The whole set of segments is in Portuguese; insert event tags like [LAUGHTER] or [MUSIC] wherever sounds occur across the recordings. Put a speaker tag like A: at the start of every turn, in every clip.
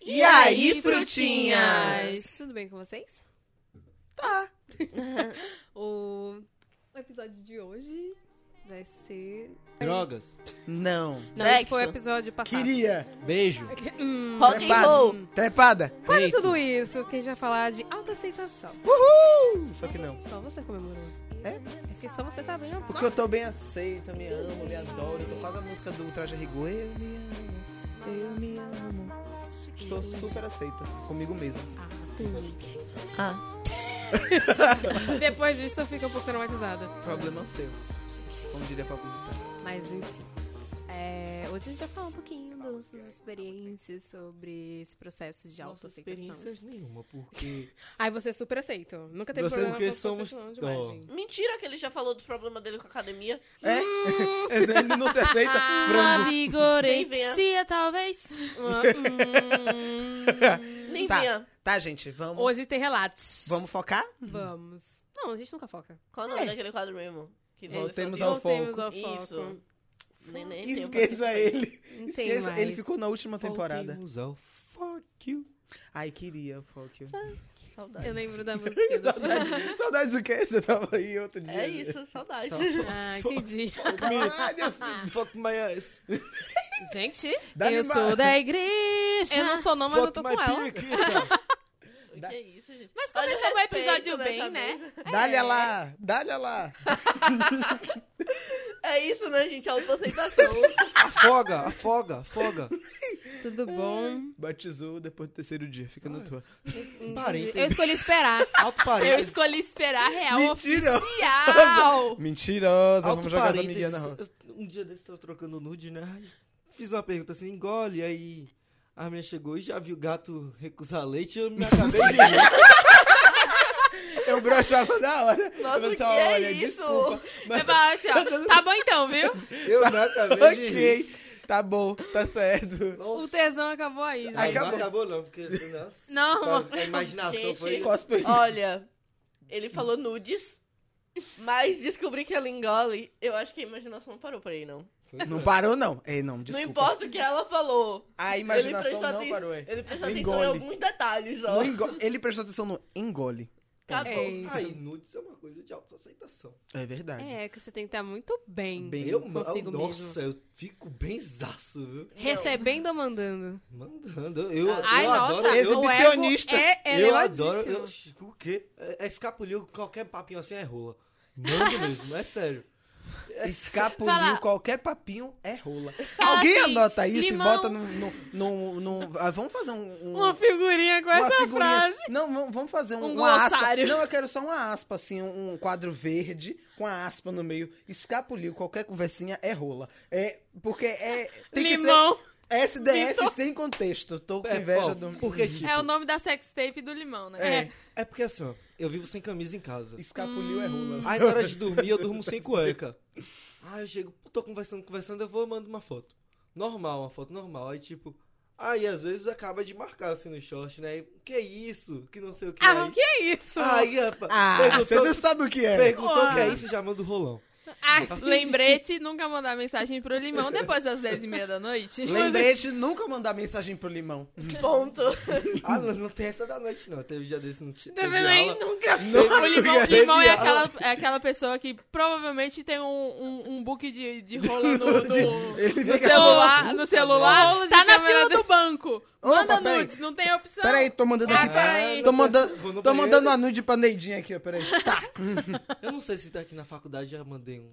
A: E aí, frutinhas?
B: Tudo bem com vocês?
A: Tá.
B: [LAUGHS] O episódio de hoje vai ser.
C: Drogas.
A: Não.
B: Não,
D: Sexo.
B: esse foi o episódio passado.
A: Queria.
C: Beijo.
B: Hum,
D: Rock and
A: Prepara.
D: roll.
A: Trepada.
B: quase
C: peito.
B: tudo isso, quem já falar de autoaceitação.
A: Uhul! Só que não.
B: Só você comemorou.
A: É?
B: Porque só você tá vendo.
A: Porque eu tô bem aceita, eu me amo, me adoro. Eu tô quase a música do Traje a Rigor. Eu me amo, eu me amo. Estou super aceita. Comigo mesmo.
D: Ah,
B: [LAUGHS] Depois disso eu fico um pouco traumatizada.
A: Problema seu. Como diria Papo de
B: Mas enfim. É, hoje a gente vai falar um pouquinho das suas experiências sobre esse processo de autoaceitação.
C: experiências nenhuma, porque...
B: Ai, você é super aceito. Nunca teve
C: Você-
B: problema
C: porque
B: com somos...
C: somos-
B: de
C: Ó.
B: imagem.
D: mentira que ele já falou do problema dele com a academia.
A: Pé. [LAUGHS] Ele não se aceita.
E: Ah,
A: Frango.
E: vigorexia, talvez.
B: Ah,
A: [LAUGHS]
B: hum.
D: Nem
A: Tá.
D: vinha.
A: Tá, gente, vamos.
B: Hoje tem relatos.
A: Vamos focar?
B: Vamos. Não, a gente nunca foca.
D: Qual o nome
A: É.
D: daquele quadro mesmo?
E: É.
D: Que Lula
A: Voltemos
D: fazia?
A: ao
B: Voltemos
A: foco.
B: ao foco.
D: Isso. Nem, nem tem
A: Esqueça
D: pra-
A: ele.
B: Não tem
A: Esqueça.
B: mais.
A: Ele ficou na última temporada.
C: Voltemos ao Fuck you.
A: Ai, queria, fuck you.
D: Saudade.
B: Eu lembro da
A: [LAUGHS]
B: música do
A: Saudades, saudades do que? Você tava aí outro dia.
D: É isso, saudade. [LAUGHS]
A: Tá.
B: Ah, que dia. [LAUGHS]
A: Ai, meu filho.
C: Fuck my ass.
B: Gente,
A: Dá
E: eu sou da igreja.
B: eu não sou não, mas eu tô com ela.
C: ela.
D: O que
A: Dá-
D: é isso, gente?
E: Mas
D: Olha
E: começou o
D: respeito,
E: episódio
D: né,
E: bem,
D: também.
E: né?
A: Dá-lhe
C: É.
A: lá, dá-lhe lá.
D: É isso, né, gente?
A: [LAUGHS]
D: Autoaceitação.
C: Afoga, afoga, afoga.
B: Tudo bom?
A: Batizou depois do terceiro dia, fica
C: Ah.
A: na tua. É.
C: Parênteses.
B: Eu escolhi esperar.
C: Alto
E: Eu
C: parênteses.
E: escolhi esperar a
B: É
E: real
A: Mentira!
E: oficial.
A: Mentirosa,
C: Alto
A: vamos jogar as
C: parênteses.
A: amiguinhas na rua.
C: Eu- Um dia desse eu tava trocando nude, né? Ai, Fiz uma pergunta assim, engole, aí... A menina chegou e já viu o gato recusar leite e eu me acabei de rir.
A: Eu brochava na hora.
D: Nossa,
A: Eu
D: o que
A: só,
D: é
A: olha,
D: isso?
A: desculpa.
E: Eu falo assim, ó, tá bom então, viu?
C: [LAUGHS] Eu me acabei de rir.
A: Ok, tá bom, tá certo.
B: O
C: Nossa,
B: tesão acabou aí. gente.
C: Aí não
A: Acabou.
C: acabou não, porque senão...
B: Não,
C: A imaginação
D: Gente,
C: foi...
A: Cospe aí.
D: Olha, ele falou nudes, mas descobri que ela engole. Eu acho que a imaginação não parou por aí, não.
A: Não parou, não. Ei, não, desculpa.
D: Não importa o que ela falou.
A: A
D: ele
A: imaginação
D: prestou
A: não
D: atenção,
A: parou, é.
D: Ele prestou
A: Não
D: atenção em
A: engole.
D: alguns detalhes, ó.
A: Não engo- Ele prestou atenção no engole.
D: Acabou.
B: É isso.
C: Aí, nudes é uma coisa de autoaceitação.
A: É verdade.
B: é que você tem que estar muito bem.
A: Bem.
C: Eu,
B: Consigo
C: eu nossa, eu fico benzaço, viu?
B: Recebendo ou mandando?
C: Mandando. Eu, eu
B: Ai, nossa,
C: adoro. Eu,
B: o
A: exibicionista.
B: ego é
C: eu adoro.
B: elevadíssimo.
C: Eu, o quê? É, é, escapuliu qualquer papinho assim é rola. Mando mesmo, é sério.
A: Escapuliu
E: Fala.
A: qualquer papinho, é rola.
E: Fala
A: Alguém
E: assim,
A: anota isso
E: limão.
A: e bota no. no, no, no- ah, vamos fazer um. um-
B: Uma figurinha com essa
A: figurinha- assim.
C: assim.
B: frase.
A: Não, vamos- vamos fazer um,
E: Um
A: uma
E: glossário.
A: Aspa. Não, eu quero só uma aspa, assim, um, um quadro verde com a aspa no meio. Escapuliu, qualquer conversinha é rola. É, porque é. Tem
B: Limão.
A: que ser SDF sem contexto. Tô com
C: É,
A: inveja
C: ó,
A: do.
C: Porque, tipo,
E: É o nome da sextape do limão, né?
A: É,
C: é porque assim, ó, eu vivo sem camisa em casa.
A: escapuliu é rola.
C: Aí na hora de dormir eu durmo sem cueca. Aí eu chego, tô conversando, conversando, eu vou e mando uma foto. Normal, uma foto normal. Aí tipo. Aí às vezes acaba de marcar assim no short, né? Aí, que isso? Que não sei o que.
B: Ah,
C: aí.
B: o que é isso?
C: Aí, rapaz,
A: Ah, você não
C: perguntou,
A: sabe o que é.
C: perguntou o que é isso e já manda o rolão.
B: Ah,
E: [LAUGHS] Lembrete, nunca mandar mensagem pro limão depois das 10 e meia da noite.
A: Lembrei de nunca mandar mensagem pro limão.
D: Ponto.
C: Ah, não, não tem essa da noite, não. Teve dia desse, não tinha.
B: Também
C: teve aula.
E: [LAUGHS]
B: nunca.
E: O limão,
C: Teve
E: Limão é,
C: aula.
E: aquela, é aquela pessoa que provavelmente tem um, um, um book
B: [LAUGHS]
E: de, de rolo no, no,
A: Ele
E: no
A: fica
E: celular. No
B: Rolo
E: celular
B: de
E: tá na
B: câmera
E: fila do banco.
A: Opa,
E: Manda
A: peraí.
E: nudes, não tem opção.
A: Peraí, tô mandando
B: Ah,
A: aqui.
B: peraí.
A: Tô
C: É, Vou no
A: mandando, tô
C: banheiro.
A: mandando a nude pra Neidinha aqui, ó, peraí. Tá.
C: Eu não sei se daqui na faculdade já mandei um.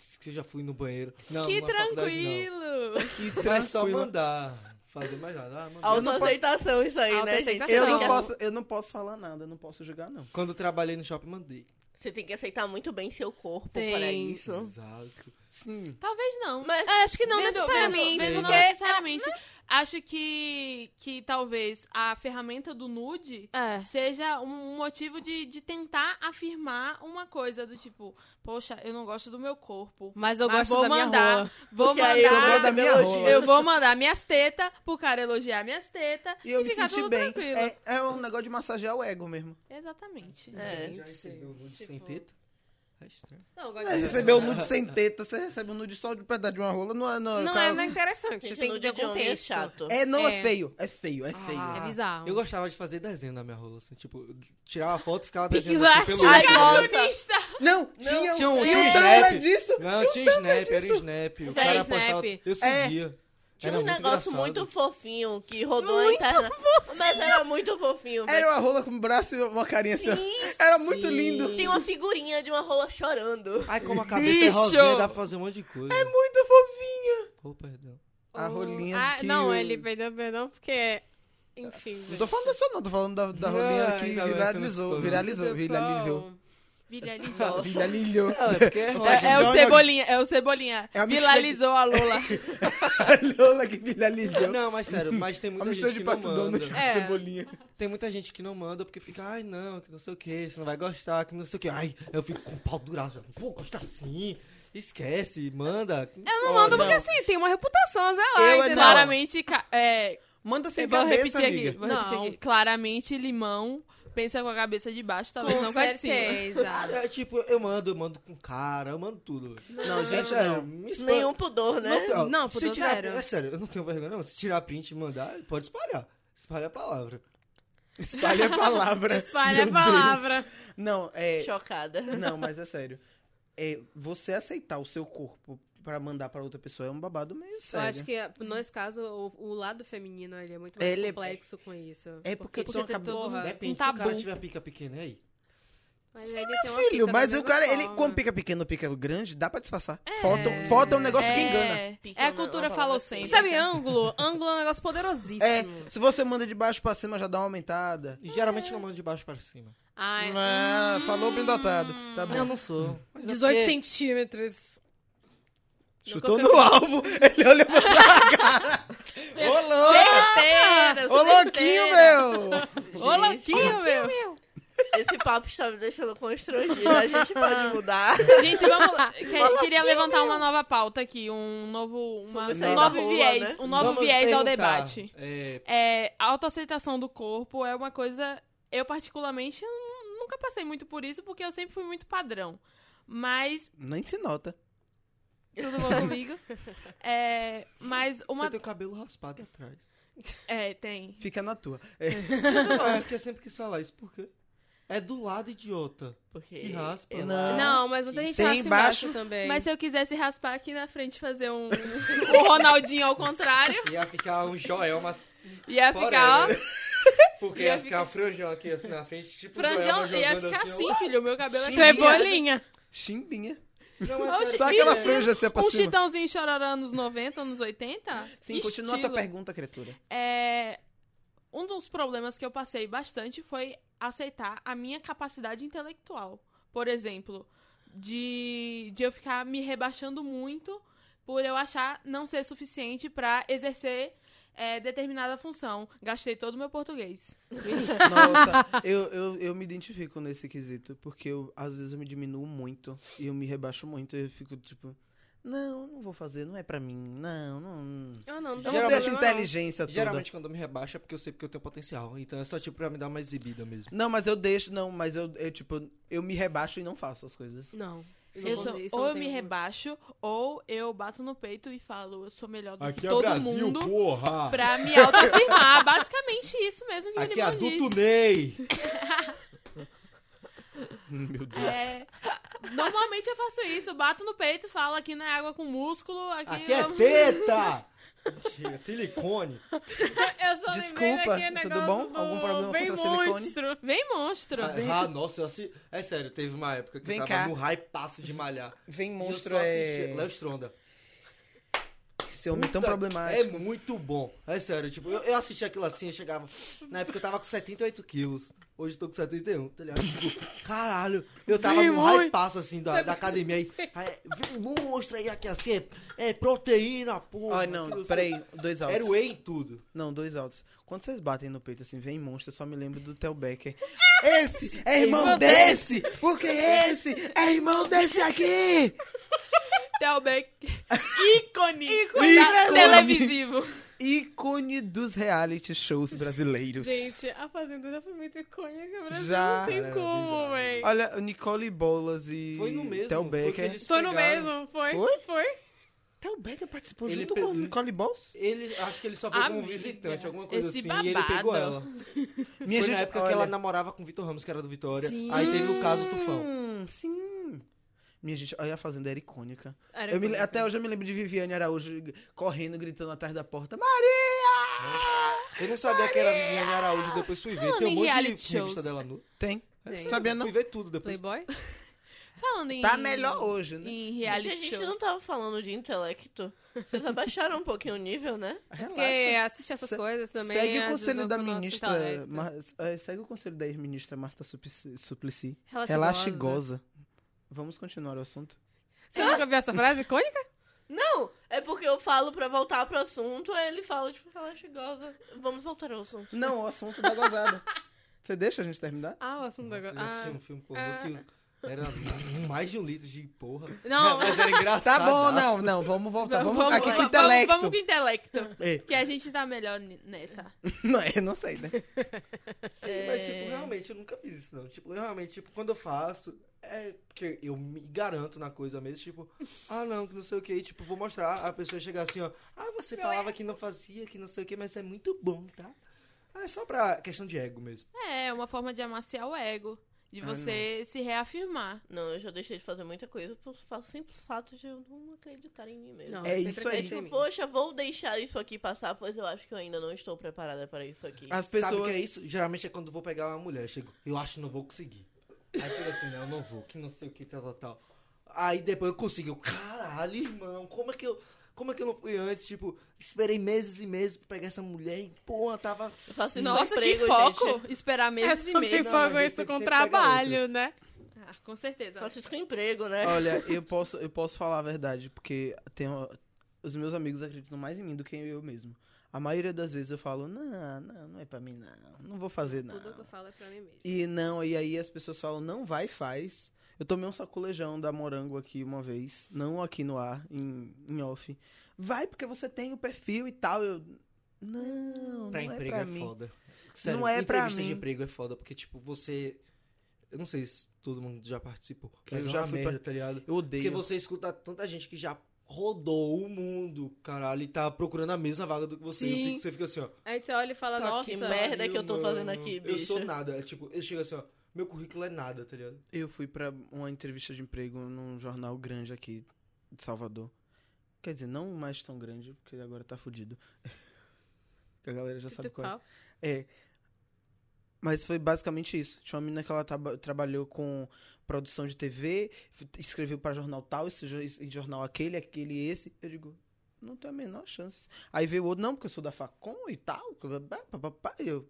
C: Acho que eu já fui no banheiro. Não,
E: que
C: na faculdade
E: tranquilo.
C: não. Mas só mandar. Fazer mais nada. Ah, mandei.
D: Autoaceitação, isso aí, né, gente?
B: Autoaceitação.
A: Eu
D: Você
A: não,
D: tem que-
A: posso, eu não posso falar nada, não posso julgar, não.
C: Quando eu trabalhei no shopping, mandei.
D: Você tem que aceitar muito bem seu corpo
B: Tem.
D: para isso.
C: Exato.
A: Sim.
E: Talvez não.
D: Mas
B: Acho que não
E: Vendo-
B: necessariamente,
E: vendo- vendo não
B: porque... é
E: necessariamente. Acho que, que talvez a ferramenta do nude
B: É.
E: seja um motivo de, de tentar afirmar uma coisa do tipo, poxa, eu não gosto do meu corpo.
B: Mas eu
E: mas
B: gosto
E: vou
B: da minha
E: mandar,
B: rola.
E: Vou
D: Porque aí eu
A: Jogou
D: vou
E: mandar,
A: da minha
D: elogio.
A: rola.
E: eu vou mandar minhas tetas pro cara elogiar minhas tetas
A: E
E: e,
A: eu me
E: ficar
A: senti
E: tudo
A: bem.
E: tranquilo.
A: É, é um negócio de massagear o ego mesmo.
E: Exatamente.
D: É.
C: Já recebeu um nude sem
E: Tipo-
C: teto? É estranho.
B: Não,
A: Você recebeu um nude sem teta, você recebe um nude só de pedaço de uma rola, não é. Não,
B: Não é,
A: cara-
B: não é interessante.
D: Gente,
B: tem que
D: nude
B: ter
D: de homem é
B: contexto.
D: chato.
A: É, não, é.
B: É.
A: feio. É feio, é feio.
C: Ah.
B: É bizarro.
C: né? Eu gostava de fazer desenho na minha rola, assim, tipo, tirava a foto e ficava desenhando assim,
E: Pilar,
C: pelo
D: Ai,
E: tinha
C: olho.
D: nossa.
E: cartunista.
A: Não, tinha,
C: tinha um-
A: tinha um
C: tinha
A: tanto
C: snap.
A: disso.
C: Não, tinha Snap, era Snap. O
E: Era
C: cara
E: Snap.
C: postava. Eu seguia.
D: Tinha
C: Era
D: um
C: muito
D: negócio
C: engraçado.
D: muito fofinho que rodou a internet. Mas era muito fofinho. velho.
A: Era uma rola com um braço e uma carinha assim.
D: Sim,
A: ó. Era muito
C: Sim.
A: lindo.
D: tem uma figurinha de uma rola chorando.
C: Ai, como a cabeça é
E: Bicho!
C: rosinha, dá pra fazer um monte de coisa. É muito.
A: Muito fofinho.
C: Pô, perdão.
A: A rolinha
E: Ah,
A: que
E: Não,
A: o-
E: ele perdeu, perdão, porque. Enfim.
A: Não tô falando da sua, não. Tô falando da, da
C: Não,
A: rolinha que
C: ainda bem,
A: viralizou.
C: você não
A: Viralizou, viralizou. [LAUGHS]
E: Viralizou.
A: Viralizou.
C: Não, é porque é
E: É,
C: rosa.
E: é o
A: Não,
E: Cebolinha, é o Cebolinha.
A: É a mistura
E: Viralizou a Lola.
A: A Lola que viralizou.
C: Não, mas sério, mas tem
A: A
C: muita
A: mistura
C: gente
A: de
C: que não
A: pato dono
C: manda.
A: com
B: É.
A: cebolinha.
C: Tem muita gente que não manda porque fica, ai não, que não sei o que, você não vai gostar, que não sei o que. Ai, eu fico com o pau durado, eu vou gostar sim. Esquece, manda.
E: Eu não mando porque assim, tem uma reputação a zelar,
A: Eu é
E: entendeu?
A: não.
E: Claramente, ca- é,
A: Manda sem
E: eu vou
A: cabeça,
E: repetir
A: amiga.
E: aqui, vou repetir
B: Não.
E: aqui. Claramente, limão pensa com a cabeça de baixo, talvez não
B: Com
E: com a de cima.
B: certeza.
A: [LAUGHS]
C: É tipo, eu mando, eu mando com cara, eu mando tudo.
A: Não, gente,
C: sério,
A: não.
C: me espan-
D: Nenhum pudor, né?
C: tenho-
B: Não, pudor
C: se tirar,
B: zero.
C: É sério, eu não tenho vergonha não. Se tirar print e mandar, pode espalhar. Espalha a palavra.
A: Espalha a palavra.
B: Espalha a
A: Meu
B: palavra.
A: Deus. [LAUGHS] Não, é.
D: Chocada.
A: Não, mas é sério. É, você aceitar o seu corpo pra mandar pra outra pessoa é um babado meio
B: Eu
A: sério.
B: acho que, nesse caso, o, o lado feminino ele é muito mais
A: Ele é-
B: complexo com isso.
A: É porque
B: porque
A: só
B: tem
A: acabou-
B: todo mundo-
C: Depende, se o
E: Um tabu.
C: cara tiver pica pequena aí.
B: Mas ele tem uma
A: é Filho,
B: pica da
A: mas o
B: mesma
A: cara, ele,
B: forma.
A: quando pica pequeno, pica grande, dá pra disfarçar. Foto, foto é um negócio que engana.
E: É,
D: Pica
E: é
D: é
E: a
D: uma-
E: cultura
D: uma palavra feia.
E: falocêntrica. Sabe,
B: Sabe ângulo? ângulo é um negócio poderosíssimo.
A: É, se você manda de baixo pra cima, já dá uma aumentada.
C: E geralmente
E: É.
C: não mando de baixo para cima.
B: Ai, hum.
A: Ah, falou bem dotado. Tá bom.
C: Eu não sou.
B: 18 centímetros.
A: Chutou no alvo, ele olhou pra sua cara. Ô, louco!
D: Certeira,
A: Ô, louquinho,
D: certeira.
A: meu!
E: Ô, louquinho, meu.
D: Esse papo está me deixando constrangida. A gente pode mudar.
E: Gente, vamos lá. Que- queria levantar uma nova pauta aqui, um novo, uma-
D: Vamos
E: um
D: sair
E: novo
D: da rua,
E: viés,
D: né?
E: um novo
C: Vamos
E: viés ao
C: perguntar,
E: debate.
C: É,
E: É, a autoaceitação do corpo é uma coisa. Eu, particularmente, eu nu- nunca passei muito por isso, porque eu sempre fui muito padrão. Mas.
A: Nem se nota.
E: Tudo bom comigo? É, mas uma.
C: Você tem o cabelo raspado atrás.
E: [LAUGHS] É, tem.
A: Fica na tua. É.
C: Não, é porque eu sempre quis falar isso, porque é do lado idiota.
D: Porque
E: É,
C: Que raspa.
D: eu-
A: Não.
B: Não, mas muita
A: Tem
B: gente raspa
A: embaixo.
B: embaixo também.
E: Mas se eu quisesse raspar aqui na frente e fazer um. o Ronaldinho ao contrário,
C: Ia ficar um joelma.
E: ia
C: Fora
E: ficar, ó.
C: ela,
E: [LAUGHS]
C: né? Porque
E: Ia
C: ia ficar franjão aqui, assim, na frente. Tipo, um
E: Franjão,
C: joelma
E: ia
C: jogando
E: ficar
C: ó. é
E: assim, filho. O meu cabelo assim. aqui.
B: é Cebolinha.
A: Chimbinha.
C: Não, é sério.
A: Só aquela
C: É.
A: franja assim pra
E: Um
A: cima.
E: chitãozinho chororó nos 90, anos 80?
A: Sim, continua a tua
E: Estilo.
A: pergunta,
E: [LAUGHS]
A: criatura.
E: É, um dos problemas que eu passei bastante foi aceitar a minha capacidade intelectual. Por exemplo, de, de eu ficar me rebaixando muito por eu achar não ser suficiente pra exercer é, determinada função. Gastei todo o meu português.
A: Nossa, eu, eu, eu me identifico nesse quesito, porque eu, às vezes eu me diminuo muito e eu me rebaixo muito e eu fico tipo, não, não vou fazer, não é pra mim, não, não.
B: Ah, não, não tem
A: Eu não
C: Geralmente- é
A: tenho
B: problema,
A: essa
B: não.
A: inteligência toda.
C: Geralmente quando eu me rebaixo é porque eu sei porque eu tenho potencial. Então é só tipo pra me dar uma exibida mesmo.
A: Não, mas eu deixo, não, mas eu, eu, tipo, eu me rebaixo e não faço as coisas.
B: Não.
E: Eu
B: Isso-
E: sou-
B: isso
E: ou
B: não
E: eu
B: tem
E: me
B: como.
E: rebaixo, ou eu bato no peito e falo, eu sou melhor do que todo mundo
C: é porra!
E: pra me autoafirmar. [LAUGHS] Basicamente isso mesmo que
C: Aqui
E: ele
C: é
E: adulto disse.
C: adulto Ney! [LAUGHS] Hum,
A: Meu Deus.
E: É, normalmente eu faço isso, eu bato no peito, falo aqui na é água com músculo, aqui, um-"
C: Aqui é
E: eu-
C: teta! Mentira, é silicone.
B: Eu só
A: Desculpa,
B: lembrei daquele
A: tudo
B: negócio
A: bom?
B: do
A: Algum problema
B: Vem
A: contra o silicone?
B: monstro.
E: Vem monstro.
C: Ah, nossa, eu assi... É sério, teve uma época que
A: Vem
C: eu
A: cá.
C: tava no hype passo de malhar.
A: Vem
C: E
A: monstro
C: eu só assistia- Léo
A: é.
C: Stronda.
A: Esse homem um tão
C: Puta, É
A: problemático.
C: muito bom. É sério, tipo, eu, eu assisti aquilo assim, eu chegava. Na época eu tava com 78 quilos. Hoje eu tô com 71, tá ligado? Tipo, caralho, eu tava
B: Vem,
C: num
B: mãe.
C: hypaço assim da, da academia aí. aí, Vem, monstra aí, aqui assim, é, é proteína, porra.
A: Ai, não,
C: que sei.
A: peraí, dois altos.
C: Era o whey em tudo.
A: Não, dois altos. Quando vocês batem no peito assim, vem monstro, eu só me lembro do Theo
E: [LAUGHS]
A: Becker. Esse
E: [LAUGHS]
A: é irmão desse! Porque esse é irmão desse aqui! [LAUGHS]
E: Telbeck, ícone,
A: Ícone.
E: da-
A: Ícone.
E: televisivo.
A: ícone dos reality shows brasileiros.
E: Gente, a Fazenda já foi muito icônica, Brasil.
A: Já.
E: Não tem
C: Cara,
E: como,
C: bizarro.
E: véi.
A: Olha, Nicole Bolas e
C: Foi no mesmo.
A: Tel
C: foi que
A: Becker.
C: eles
E: Foi no
C: pegaram.
E: mesmo, foi?
A: Foi?
E: Foi?
A: Tel Becker participou
C: Ele um-
A: junto
C: pe-
A: com Nicole Bolas?
C: Ele, acho que ele só foi como
E: Amiga,
C: visitante, alguma coisa
E: esse
C: assim, e ele pegou
E: babado.
C: ela.
A: Minha
C: foi
A: gente,
C: na época
A: olha-
C: que ela namorava com o Vitor Ramos, que era do Vitória.
B: Sim.
C: Aí teve o caso Tufão.
A: Hum, sim. Minha gente, olha, a Fazenda era icônica.
E: Era
A: Eu me-
E: icônica.
A: até hoje eu me lembro de Viviane Araújo g- correndo, gritando atrás da porta. Maria!
C: Eu não sabia que era Viviane Araújo, depois fui ver.
E: Falando
C: Tem um
E: em
C: monte de
E: reality
C: revista
E: shows.
C: dela no.
A: Tem.
B: Sim.
A: Sabia não?
C: Fui ver tudo depois.
B: Playboy?
E: Falando em...
A: Tá melhor hoje, né?
E: Em
D: Gente,
E: reality
D: a gente
E: shows.
D: não tava falando de intelecto. Vocês abaixaram um pouquinho o nível, né?
A: Relaxa.
B: Porque assiste essas
A: Se-
B: coisas também.
A: segue o
B: ajuda Então,
A: conselho da
B: pro nosso
A: ministra.
B: intelecto.
A: Mar- é, segue o conselho da ex-ministra Marta Suplicy- Suplicy.
B: Relaxa,
A: Relaxa e
B: goza.
A: goza. Vamos continuar o assunto?
B: Você nunca viu essa frase icônica?
D: Não, é porque eu falo pra voltar pro assunto, aí ele fala, tipo, relaxa e goza. Vamos voltar ao assunto.
A: Não, o assunto da gozada. Você deixa a gente terminar?
B: Ah, o assunto
C: Nossa,
B: da
C: eu
B: goza.
C: já assisti um
B: Ah,
C: filme pornô que era mais de um litro de porra.
B: não,
C: Mas era
A: Tá
C: engraçado.
A: bom, não, não. Vamos voltar. Vamos, aqui com o
E: vamos-
A: intelecto.
E: Vamos com o intelecto.
A: É.
E: Que a gente tá melhor ni- nessa.
A: Não, eu não sei, né?
C: Sim, mas, tipo, realmente, eu nunca fiz isso, não. Tipo, eu realmente, tipo, quando eu faço, é porque eu me garanto na coisa mesmo, tipo, ah, não, que não sei o que, e, tipo, vou mostrar, a pessoa chegar assim, ó, ah, você falava que não fazia, que não sei o que, mas é muito bom, tá? Ah, é só pra questão de ego mesmo.
E: É, uma forma de amaciar o ego. De
A: Ah,
E: você se reafirmar.
D: Não, eu já deixei de fazer muita coisa por fa- simples fato de eu não acreditar em mim mesmo.
B: Ah, não.
A: É
B: eu sempre
A: isso aí.
D: É
B: acreditei em
D: tipo,
B: mim.
D: poxa, vou deixar isso aqui passar, pois eu acho que eu ainda não estou preparada para isso aqui.
A: As
C: Sabe o
A: pessoas.
C: que é isso? Geralmente é quando eu vou pegar uma mulher, eu chego, eu acho que não vou conseguir. Aí chega assim, não, eu não vou, que não sei o que, tal, tal, tal. Aí depois eu consigo, eu, caralho, irmão, como é que eu... Como é que eu não fui antes? Tipo, esperei meses e meses pra pegar essa mulher e, porra, tava
D: Eu faço isso
E: Nossa,
D: no emprego,
E: que foco!
D: gente.
E: Esperar meses
B: é
E: e meses.
C: Não,
B: fogo
C: mas
B: isso
C: tem que
B: com
C: sempre
B: trabalho,
C: pegar
B: né?
E: Ah, com certeza.
D: Eu faço isso com emprego, né?
A: Olha, eu posso, eu posso falar a verdade, porque tem, uma- os meus amigos acreditam mais em mim do que eu mesmo. A maioria das vezes eu falo, não, não, não é pra mim, não. Não vou fazer, não.
B: Tudo que eu falo é pra mim mesmo.
A: E não, e aí as pessoas falam, não vai, faz. Eu tomei um sacolejão da morango aqui uma vez, não aqui no ar, em, em off. Vai porque você tem o perfil e tal. Eu. Não,
C: Pra
A: não é
C: emprego
A: pra
C: é
A: mim.
C: foda. Sério,
A: Não é pra
C: entrevista
A: mim.
C: de emprego é foda, porque, tipo, você. Eu não sei se todo mundo já participou, mas
A: Eu
C: eu
A: já
C: já
A: fui
C: merda, tá ligado?
A: Eu
C: Porque
A: odeio.
C: você escuta tanta gente que já rodou o mundo, caralho, e tá procurando a mesma vaga do que você.
B: Sim.
C: Eu fico- você fica assim, ó.
B: Aí você olha e fala,
C: tá
B: nossa.
D: que merda que eu tô
C: mano,
D: fazendo aqui,
C: Eu sou
D: bicho.
C: nada. É tipo, eu chego assim, ó. Meu currículo é nada, tá ligado?
A: Eu fui pra uma entrevista de emprego num jornal grande aqui de Salvador. Quer dizer, não mais tão grande, porque agora tá fudido. [LAUGHS] Que a galera já sabe qual é. É. Mas foi basicamente isso. Tinha uma menina que ela traba- trabalhou com produção de TV, f- escreveu pra jornal tal, esse jo- esse jornal aquele, aquele esse. Eu digo, não tem a menor chance. Aí veio o outro, não, porque eu sou da Facom e tal. que babá, babá. E eu,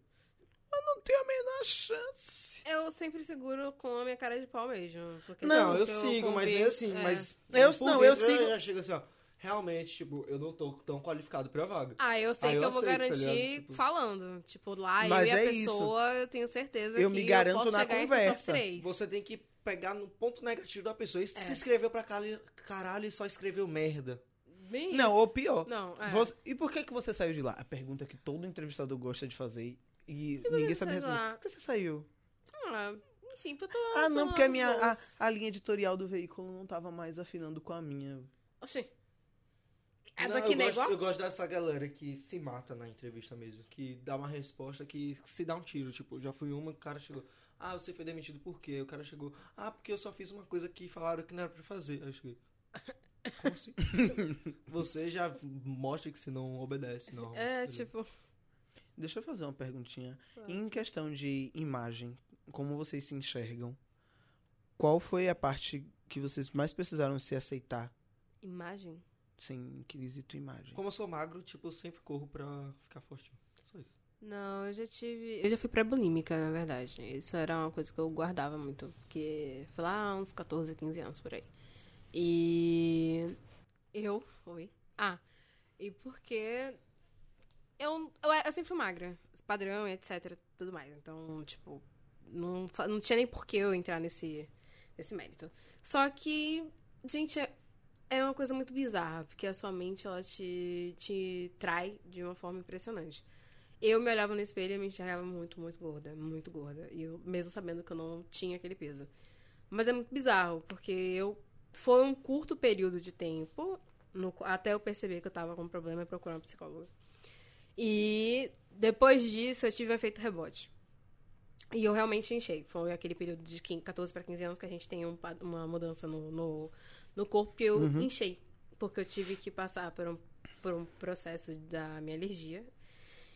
A: eu não tenho a menor chance.
B: Eu sempre seguro com a minha cara de pau mesmo. Porque
C: Não,
B: tudo
C: eu
B: que
C: sigo, mas
B: convivo-
C: nem assim,
B: é.
C: mas.
A: Eu-
C: por
A: não, eu
C: dentro
A: sigo.
C: Eu já chego assim, ó. Realmente, tipo, eu não tô tão qualificado pra vaga.
B: Ah, eu sei
C: Ah,
B: que eu,
C: eu
B: vou
C: aceito, tá
B: garantir
C: ligado? Tipo-
B: falando. Tipo, lá
A: Mas
B: eu e a
A: é isso.
B: pessoa, eu tenho certeza
A: Eu
B: que
A: me garanto
B: eu posso
A: na
B: chegar entre
A: conversa.
B: top 3.
C: Você tem que pegar no ponto negativo da pessoa. E se escreveu pra cali- caralho e só escreveu merda.
B: Bem
A: Não,
B: isso.
A: ou pior.
B: Não, é.
A: Você- e por que, que você saiu de lá? A pergunta que todo entrevistador gosta de fazer e ninguém
B: você
A: sabe
B: saiu de
A: responder.
B: lá?
A: Por que você saiu?
B: Ah, enfim, porque eu tô...
A: Ah, não,
B: são
A: porque a
B: os
A: minha a,
B: bons.
A: a linha editorial do veículo não tava mais afinando com a minha.
B: Oxi. É
C: Não,
B: daqui
C: eu, gosto,
B: negócio?
C: eu gosto dessa galera que se mata na entrevista mesmo. Que dá uma resposta que se dá um tiro. Tipo, já fui uma, o cara chegou. Ah, você foi demitido por quê? O cara chegou. Ah, porque eu só fiz uma coisa que falaram que não era pra fazer. Aí
B: [LAUGHS]
C: eu cheguei. Como assim? você já mostra que você não obedece, não.
B: É, tipo...
A: Deixa eu fazer uma perguntinha. Em questão de imagem, como vocês se enxergam? Qual foi a parte que vocês mais precisaram se aceitar?
B: Imagem?
A: Sem quesito imagem.
C: Como eu sou magro, tipo, eu sempre corro pra ficar fortinho. Só isso.
B: Não, eu já tive. Eu já fui pré-bulímica, na verdade. Isso era uma coisa que eu guardava muito. Porque foi lá uns 14, 15 anos por aí. E. Eu fui. Ah, e porque. Eu, eu, era- eu sempre fui magra, padrão, etc, tudo mais. Então, tipo, não, fa- não tinha nem por que eu entrar nesse, nesse mérito. Só que, gente, é- É uma coisa muito bizarra, porque a sua mente ela te, te trai de uma forma impressionante. Eu me olhava no espelho e me enxergava muito, muito gorda, muito gorda. E eu, mesmo sabendo que eu não tinha aquele peso. Mas é muito bizarro, porque eu foi um curto período de tempo no- até eu perceber que eu tava com um problema e procurar um psicólogo. E depois disso eu tive um efeito rebote. E eu realmente enchei. Foi aquele período de 15, 14 para 15 anos que a gente tem um pa- uma mudança no, no, no corpo que eu enchei. Porque eu tive que passar por um, por um processo da minha alergia.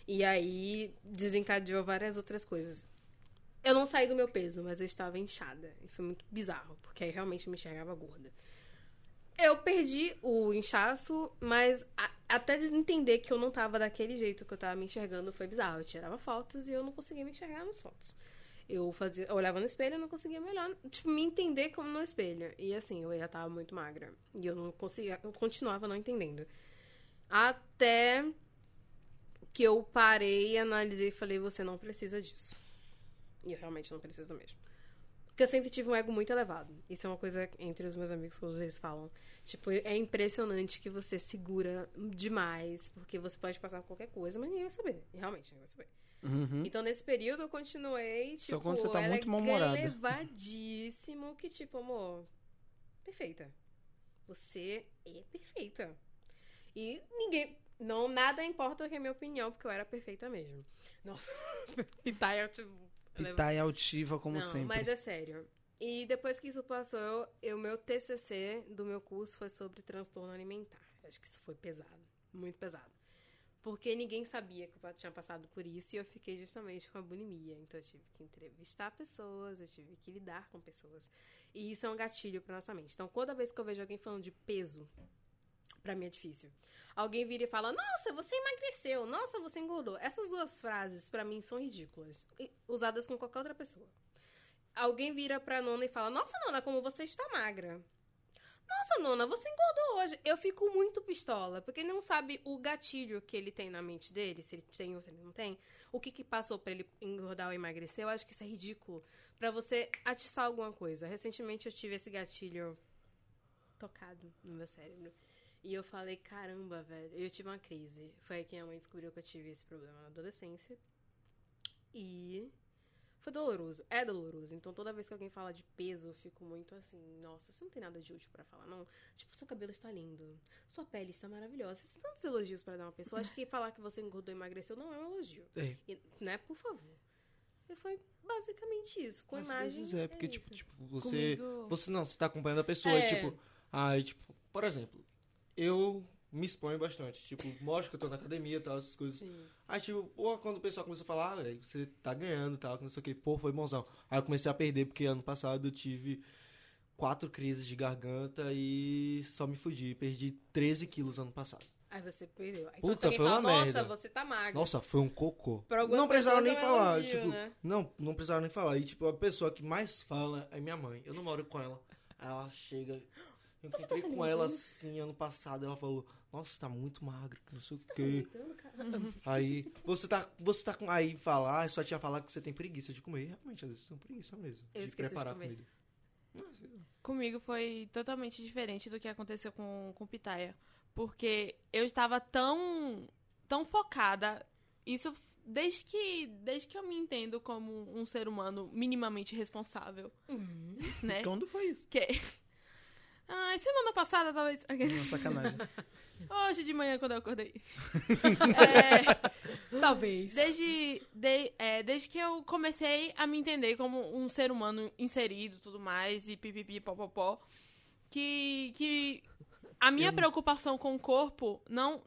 B: E aí desencadeou várias outras coisas. Eu não saí do meu peso, mas eu estava inchada. E foi muito bizarro, porque aí realmente eu me enxergava gorda. Eu perdi o inchaço, mas a- até des- entender que eu não tava daquele jeito que eu tava me enxergando foi bizarro. Eu tirava fotos e eu não conseguia me enxergar nas fotos. Eu fazia, eu olhava no espelho e não conseguia me olhar, tipo, me entender como no espelho. E assim, eu já tava muito magra. E eu não conseguia, eu continuava não entendendo. Até que eu parei, analisei e falei, você não precisa disso. E eu realmente não preciso mesmo. Porque eu sempre tive um ego muito elevado. Isso é uma coisa entre os meus amigos que eles falam. Tipo, é impressionante que você segura demais, porque você pode passar por qualquer coisa, mas ninguém vai saber. E realmente ninguém vai saber.
A: Uhum.
B: Então, nesse período, eu continuei, tipo,
A: Só quando você tá
B: ela
A: muito mal-humorada.
B: é elevadíssimo, que tipo, amor, perfeita. Você é perfeita. E ninguém, não, nada importa que é a minha opinião, porque eu era perfeita mesmo. Nossa, Pitaya, tipo... eleva-
A: Pitaya tá altiva, como
B: não,
A: sempre.
B: mas é sério. E depois que isso passou, eu, eu- meu TCC do meu curso foi sobre transtorno alimentar. Acho que isso foi pesado, muito pesado. Porque ninguém sabia que eu pa- tinha passado por isso e eu fiquei justamente com a bulimia. Então eu tive que entrevistar pessoas, eu tive que lidar com pessoas. E isso é um gatilho pra nossa mente. Então toda vez que eu vejo alguém falando de peso, pra mim é difícil. Alguém vira e fala: Nossa, você emagreceu, nossa, você engordou. Essas duas frases pra mim são ridículas, e- usadas com qualquer outra pessoa. Alguém vira pra nona e fala: Nossa, nona, como você está magra. Nossa, nona, você engordou hoje. Eu fico muito pistola, porque não sabe o gatilho que ele tem na mente dele, se ele tem ou se ele não tem. O que que passou pra ele engordar ou emagrecer. Eu acho que isso é ridículo. Pra você atiçar alguma coisa. Recentemente eu tive esse gatilho tocado no meu cérebro. E eu falei: Caramba, velho, eu tive uma crise. Foi aí que minha mãe descobriu que eu tive esse problema na adolescência. E foi doloroso. É doloroso. Então, toda vez que alguém fala de peso, eu fico muito assim, nossa, você não tem nada de útil pra falar, não. Tipo, seu cabelo está lindo. Sua pele está maravilhosa. Você tem tantos elogios pra dar uma pessoa. Acho que falar que você engordou e emagreceu não é um elogio.
A: É.
B: E, né? Por favor. E foi basicamente isso. Com
C: Às
B: imagem.
C: vezes é, porque, tipo,
B: isso.
C: tipo, você.
E: Comigo-
C: Você não, você tá acompanhando a pessoa,
B: É.
C: e tipo. Aí, tipo, por exemplo, eu me exponho bastante. Tipo, mostro que eu tô na academia e tal, essas coisas.
B: Sim.
C: Aí, tipo, pô, quando o pessoal começou a falar, ah, velho, você tá ganhando e tal, que não sei o que, pô, foi bonzão. Aí eu comecei a perder, porque ano passado eu tive quatro crises de garganta e só me fudi. Perdi 13 quilos ano passado.
B: Aí você perdeu. Aí,
C: Puta,
B: quando alguém
C: foi uma
B: fala, Nossa,
C: merda.
B: você tá magra.
C: Nossa, foi um cocô.
B: Pra algumas
C: Não precisaram nem
B: pessoas é um
C: falar,
B: elogio,
C: tipo,
B: né?
C: não, não precisaram nem falar. E, tipo, a pessoa que mais fala é minha mãe. Eu não moro com ela. Aí ela chega.
B: Você
C: Eu
B: tá
C: encontrei
B: se
C: com ela
B: alimentando?
C: assim ano passado. Ela falou: Nossa, tá muito magra, que não sei o
B: Você tá
C: quê.
B: gritando, cara?
C: Aí você tá, você tá com. Aí falar, só tinha falar que você tem preguiça de comer. Realmente, às vezes você tem preguiça mesmo.
B: Eu
C: de
B: esqueço de
C: preparar
B: comer.
C: comida.
E: Comigo foi totalmente diferente do que aconteceu com com Pitaya, porque eu estava tão tão focada, isso desde que desde que eu me entendo como um ser humano minimamente responsável, né?
A: Quando foi isso?
E: Que Ah, semana passada talvez.
A: Não, sacanagem.
E: Hoje de manhã quando eu acordei. é,
B: Talvez.
E: Desde, de- é, desde que eu comecei a me entender como um ser humano inserido e tudo mais, e pipipi, popopó, que, que a minha preocupação com o corpo não,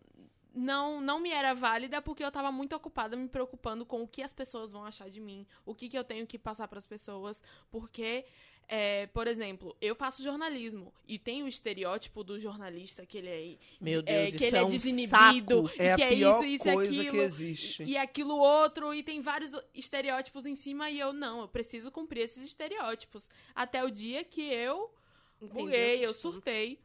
E: não, não me era válida porque eu tava muito ocupada me preocupando com o que as pessoas vão achar de mim, o que, que eu tenho que passar pras pessoas, porque, é, por exemplo, eu faço jornalismo e tem o estereótipo do jornalista que ele é
D: Meu
E: É,
D: Deus, isso
E: que ele
D: é,
E: é
D: um
E: desinibido.
D: saco.
E: E
A: É a
E: que é
A: pior
E: isso, isso e
A: coisa que
E: aquilo,
A: existe.
E: e aquilo outro, e tem vários estereótipos em cima, e eu não, eu preciso cumprir esses estereótipos. Até o dia que eu
B: Entendeu?
E: buguei, eu
B: Tipo,
E: surtei.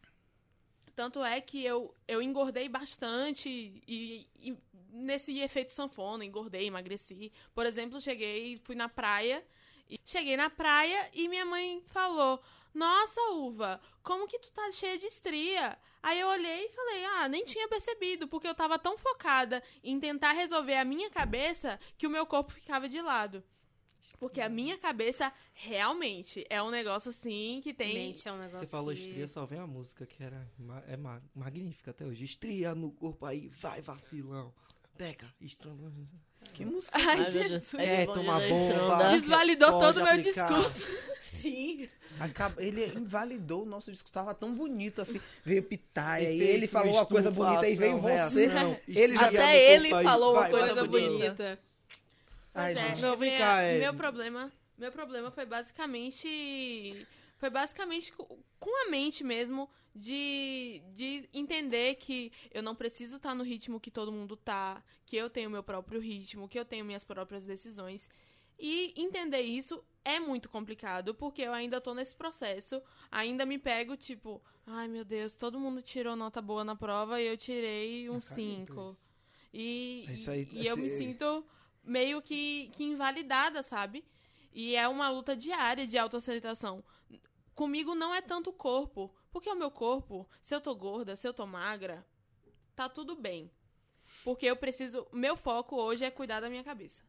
E: Tanto é que eu, eu engordei bastante e, e nesse efeito sanfona, engordei, emagreci. Por exemplo, cheguei, fui na praia. E cheguei na praia e minha mãe falou: Nossa, uva, como que tu tá cheia de estria? Aí eu olhei e falei: Ah, nem tinha percebido, porque eu tava tão focada em tentar resolver a minha cabeça que o meu corpo ficava de lado. Porque a minha cabeça realmente é um negócio assim que tem.
B: Mente é um negócio
C: Você falou
B: que...
C: estria, só vem a música que era ma- é ma- magnífica até hoje. Estria no corpo aí, vai vacilão. Teca, estrangulou.
A: Que música.
E: Ai,
D: Ai, meu Deus.
E: Jesus.
D: É, né?
C: É,
D: bom,
C: toma
D: Alexandra.
C: bomba.
E: Desvalidou
C: Pode
E: todo o meu
C: aplicar.
E: discurso.
D: Sim.
A: Acaba- Ele invalidou o nosso discurso. Tava tão bonito assim. Veio pitaia. E
C: Efeito,
A: ele falou uma coisa
C: um estufa,
A: bonita e veio
C: ação,
A: você.
C: reação.
A: [LAUGHS] Ele já-
C: Estria
D: Até
C: no corpo
D: ele
C: aí,
D: falou uma
C: vai
D: coisa
B: Coisa
C: vacilão.
D: bonita.
B: bonita.
A: Ai,
E: Pois é,
A: gente.
C: Não, vem
E: é,
C: cá, é-
E: Meu problema, meu problema foi basicamente. Foi basicamente co- com a mente mesmo de, de entender que eu não preciso estar no ritmo que todo mundo tá, que eu tenho meu próprio ritmo, que eu tenho minhas próprias decisões. E entender isso é muito complicado, porque eu ainda tô nesse processo, ainda me pego, tipo, ai meu Deus, todo mundo tirou nota boa na prova e eu tirei um
C: Ah, cara, então
E: 5. E,
A: É isso aí,
E: e eu me
A: esse-
E: sinto meio que, que invalidada, sabe? E é uma luta diária de autoaceitação. Comigo não é tanto o corpo, porque o meu corpo, se eu tô gorda, se eu tô magra, tá tudo bem. Porque eu preciso, meu foco hoje é cuidar da minha cabeça.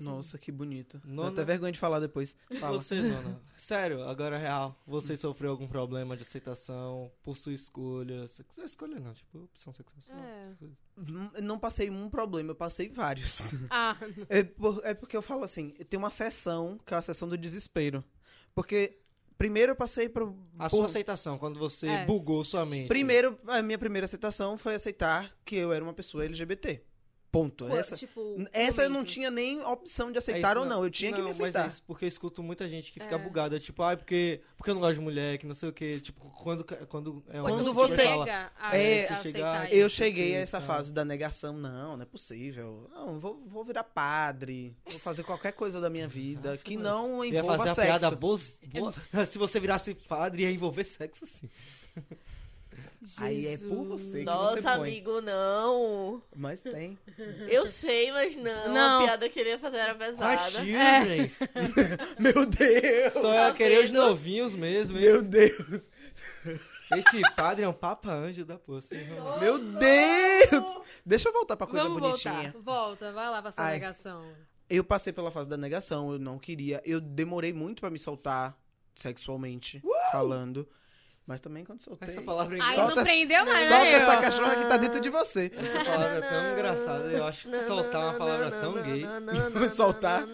A: Nossa, que bonito. Dá
C: Nona.
A: até vergonha de falar depois. Fala.
C: Você, dona. Sério, agora é real. Você sofreu algum problema de aceitação por sua escolha? Se- se- Escolha não, tipo, opção sexual. sei lá,
B: É.
C: essas coisas.
A: N- Não passei um problema, eu passei vários.
B: Ah,
A: [LAUGHS] É, por- é porque eu falo assim, tem uma sessão, que é a sessão do desespero. Porque primeiro eu passei pro.
C: A
A: por-
C: sua aceitação, quando você
B: É.
C: bugou sua mente. É
A: Primeiro, a minha primeira aceitação foi aceitar que eu era uma pessoa LGBT. Ponto.
B: pô,
A: Essa,
B: tipo,
A: essa eu não
B: momento.
A: tinha nem opção de
C: É isso,
A: aceitar ou não. Eu tinha que me
C: mas
A: aceitar.
C: é isso, porque eu escuto muita gente que
B: É.
C: fica bugada, tipo, ai, porque, porque eu não gosto de mulher, que não sei o quê. Tipo, quando, quando, é uma
A: Quando
C: pessoa
A: você-
C: que fala,
B: chega a
A: É,
B: aceitar
C: se chegar-
B: isso.
A: Eu
C: Isso
A: cheguei
C: aqui,
A: a essa
C: tá.
A: fase da negação. Não, não é possível. Não, vou, vou virar padre. Vou fazer qualquer coisa da minha vida que não
C: Ah, ia
A: envolva
C: fazer a
A: sexo.
C: piada boa,
B: É.
C: boa- [LAUGHS] se você virasse padre, ia envolver sexo, sim.
A: Aí é por você que você
D: Nossa,
A: põe.
D: amigo, não.
A: [LAUGHS] Mas tem.
D: Eu sei, mas não.
E: Não.
D: A piada que ele ia fazer era
C: Quais
D: pesada.
B: É.
C: childrens?
A: Meu Deus!
C: Só ia
D: Tá
C: querer os
D: vendo?
C: novinhos mesmo, hein?
A: Meu Deus!
C: Esse padre é um papa anjo da poça. hein?
A: Meu Deus! Deixa eu voltar pra coisa
E: Vamos voltar.
A: bonitinha.
B: Volta, vai lá pra sua
A: Ai.
B: negação.
A: Eu passei pela fase da negação, eu não queria. Eu demorei muito pra me soltar sexualmente, falando. Mas também quando soltei.
C: Essa palavra é
B: Aí
C: engraçada.
A: Solta-
B: não prendeu mais,
A: Solta
B: né?
A: essa
B: eu?
A: cachorra que tá dentro de você.
C: Essa palavra é tão engraçada. Eu acho que soltar uma palavra tão gay.
A: [LAUGHS] Soltar.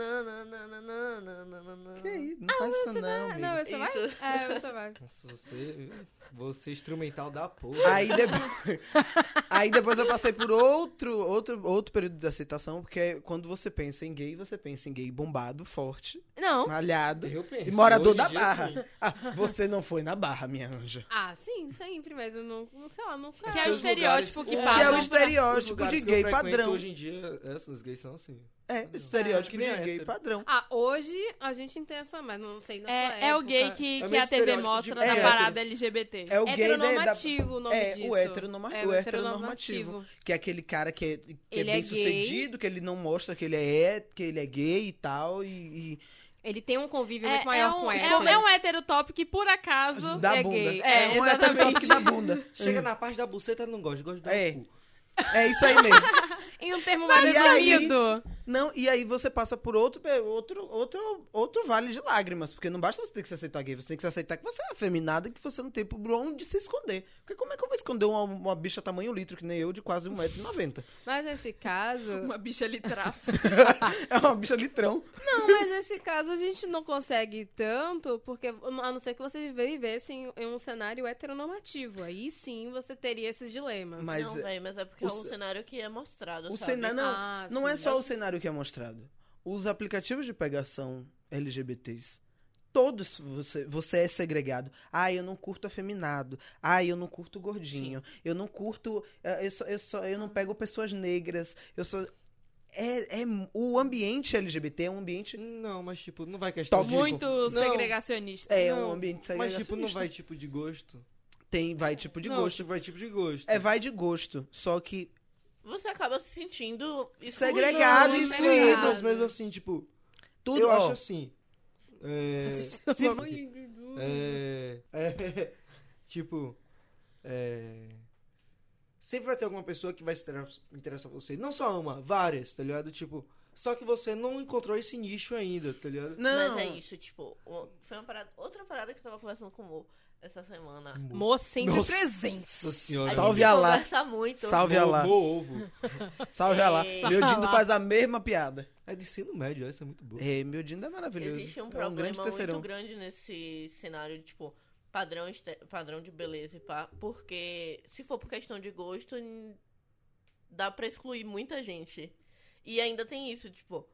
A: Que
D: Que
A: aí? Não faz isso não,
B: Ah,
A: amigo.
B: Não, você vai?
D: Isso.
B: É, você vai.
C: Nossa, você, você é instrumental da porra.
A: Aí depois, [LAUGHS] aí depois eu passei por outro, outro, outro período de aceitação, porque é quando você pensa em gay, você pensa em gay bombado, forte,
B: Não.
A: malhado
C: Eu penso,
A: e morador
C: hoje em
A: da
C: dia,
A: barra.
C: assim,
A: Ah, você não foi na barra, minha anja.
B: Ah, sim, sempre, mas eu não, não sei lá, nunca.
E: Que é o
C: Os
E: estereótipo
C: lugares-
E: que
C: É,
A: Que é
E: passa.
A: o
C: os
A: estereótipo
C: lugares
A: de
C: que
A: gay
C: eu frequento
A: padrão.
C: Hoje em dia, é, os gays são assim.
A: É, o estereótipo
C: É, que nem
A: de gay
C: hétero.
A: padrão.
B: Ah, hoje a gente tem essa, mas não sei na sua
E: É, é o
B: época.
E: gay que,
C: É
E: que a
C: meio
E: TV
C: estereótipo
E: mostra
C: de
E: na
A: hétero.
E: parada LGBT.
A: É o gay né, da...
B: Heteronormativo o nome
A: É,
B: disso.
A: o heteronoma...
B: É,
A: o
B: o
A: heteronormativo. Que é aquele cara que é, que é
B: Ele é gay.
A: bem sucedido, que ele não mostra que ele é, hé- que ele é gay e tal, e... e-
B: Ele tem um convívio
E: É,
B: muito maior
E: é um,
B: com
E: é,
B: ela.
E: um- é um hétero top que, por acaso,
A: da
B: é
A: bunda.
B: gay.
E: É,
A: um heterotópico
E: exatamente.
A: da bunda.
C: Chega na parte da buceta, não gosta, gosta do
A: É.
C: cu.
A: É isso aí mesmo.
B: Em um termo mais
A: E aí-
B: resumido.
A: Não, e aí você passa por outro, pe- outro, outro, outro vale de lágrimas. Porque não basta você ter que se aceitar gay, você tem que se aceitar que você é afeminada e que você não tem por onde se esconder. Porque como é que eu vou esconder uma, uma bicha tamanho litro, que nem eu, de quase 1,90m?
B: Mas nesse caso.
E: uma bicha ali traça.
A: [LAUGHS] é uma bicha litrão.
B: Não, mas nesse caso a gente não consegue tanto, porque a não ser que você vive- vivesse em, em um cenário heteronormativo. Aí sim você teria esses dilemas.
A: Mas
D: não,
A: é-
D: velho, mas é porque é
A: o
D: um
A: ce-
D: cenário que é mostrado,
A: o
D: sabe?
A: cenário não,
B: Ah,
D: Assim,
A: não é
B: sim.
A: só o cenário que é mostrado. Os aplicativos de pegação LGBTs, todos você, você é segregado. Ah, eu não curto afeminado. Ah, eu não curto gordinho. Eu não curto. eh, Eu, só, eu, só, eu não pego pessoas negras. Eu só. É, é, o ambiente LGBT é um ambiente.
C: Não, mas tipo, não vai questão de...
E: Muito
C: Não.
E: segregacionista.
A: É
C: Não,
A: um ambiente
C: Mas
A: segregacionista.
C: tipo, não vai tipo de gosto.
A: Tem, vai tipo de
C: não,
A: gosto.
C: tipo, vai tipo de gosto.
A: É, vai de gosto. Só que.
D: Você acaba se sentindo excluído.
A: Segregado,
C: Não, é
A: e
C: mas-
A: excluído.
C: Mas mesmo assim, tipo,
A: Tudo,
C: eu
A: ó,
C: acho assim. É,
B: Assistindo
C: sim,
B: alguma coisa.
C: é, é, [LAUGHS] tipo, é, sempre vai ter alguma pessoa que vai se inter- interessar por você. Não só uma, várias, tá ligado? Tipo, só que você não encontrou esse nicho ainda, tá ligado?
A: Não.
D: Mas é isso, tipo, o- foi uma parada, outra parada que eu tava conversando com o Mo essa semana.
B: Mo sempre
C: Nossa
B: presente.
C: senhora.
A: Salve
D: a gente
A: Alá.
D: conversa muito.
A: Salve a lá.
C: Mo, Mo ovo.
A: Salve a lá.
D: É.
A: Meu
B: Salve
A: Dindo
B: lá.
A: faz a mesma piada.
C: É de ensino médio, essa é muito boa.
A: É, meu Dindo é maravilhoso.
D: Existe
A: É
D: um problema
A: grande
D: muito
A: terceirão.
D: grande nesse cenário de, tipo, padrão, este- padrão de beleza e pá. Porque, se for por questão de gosto, n- dá pra excluir muita gente. E ainda tem isso, tipo,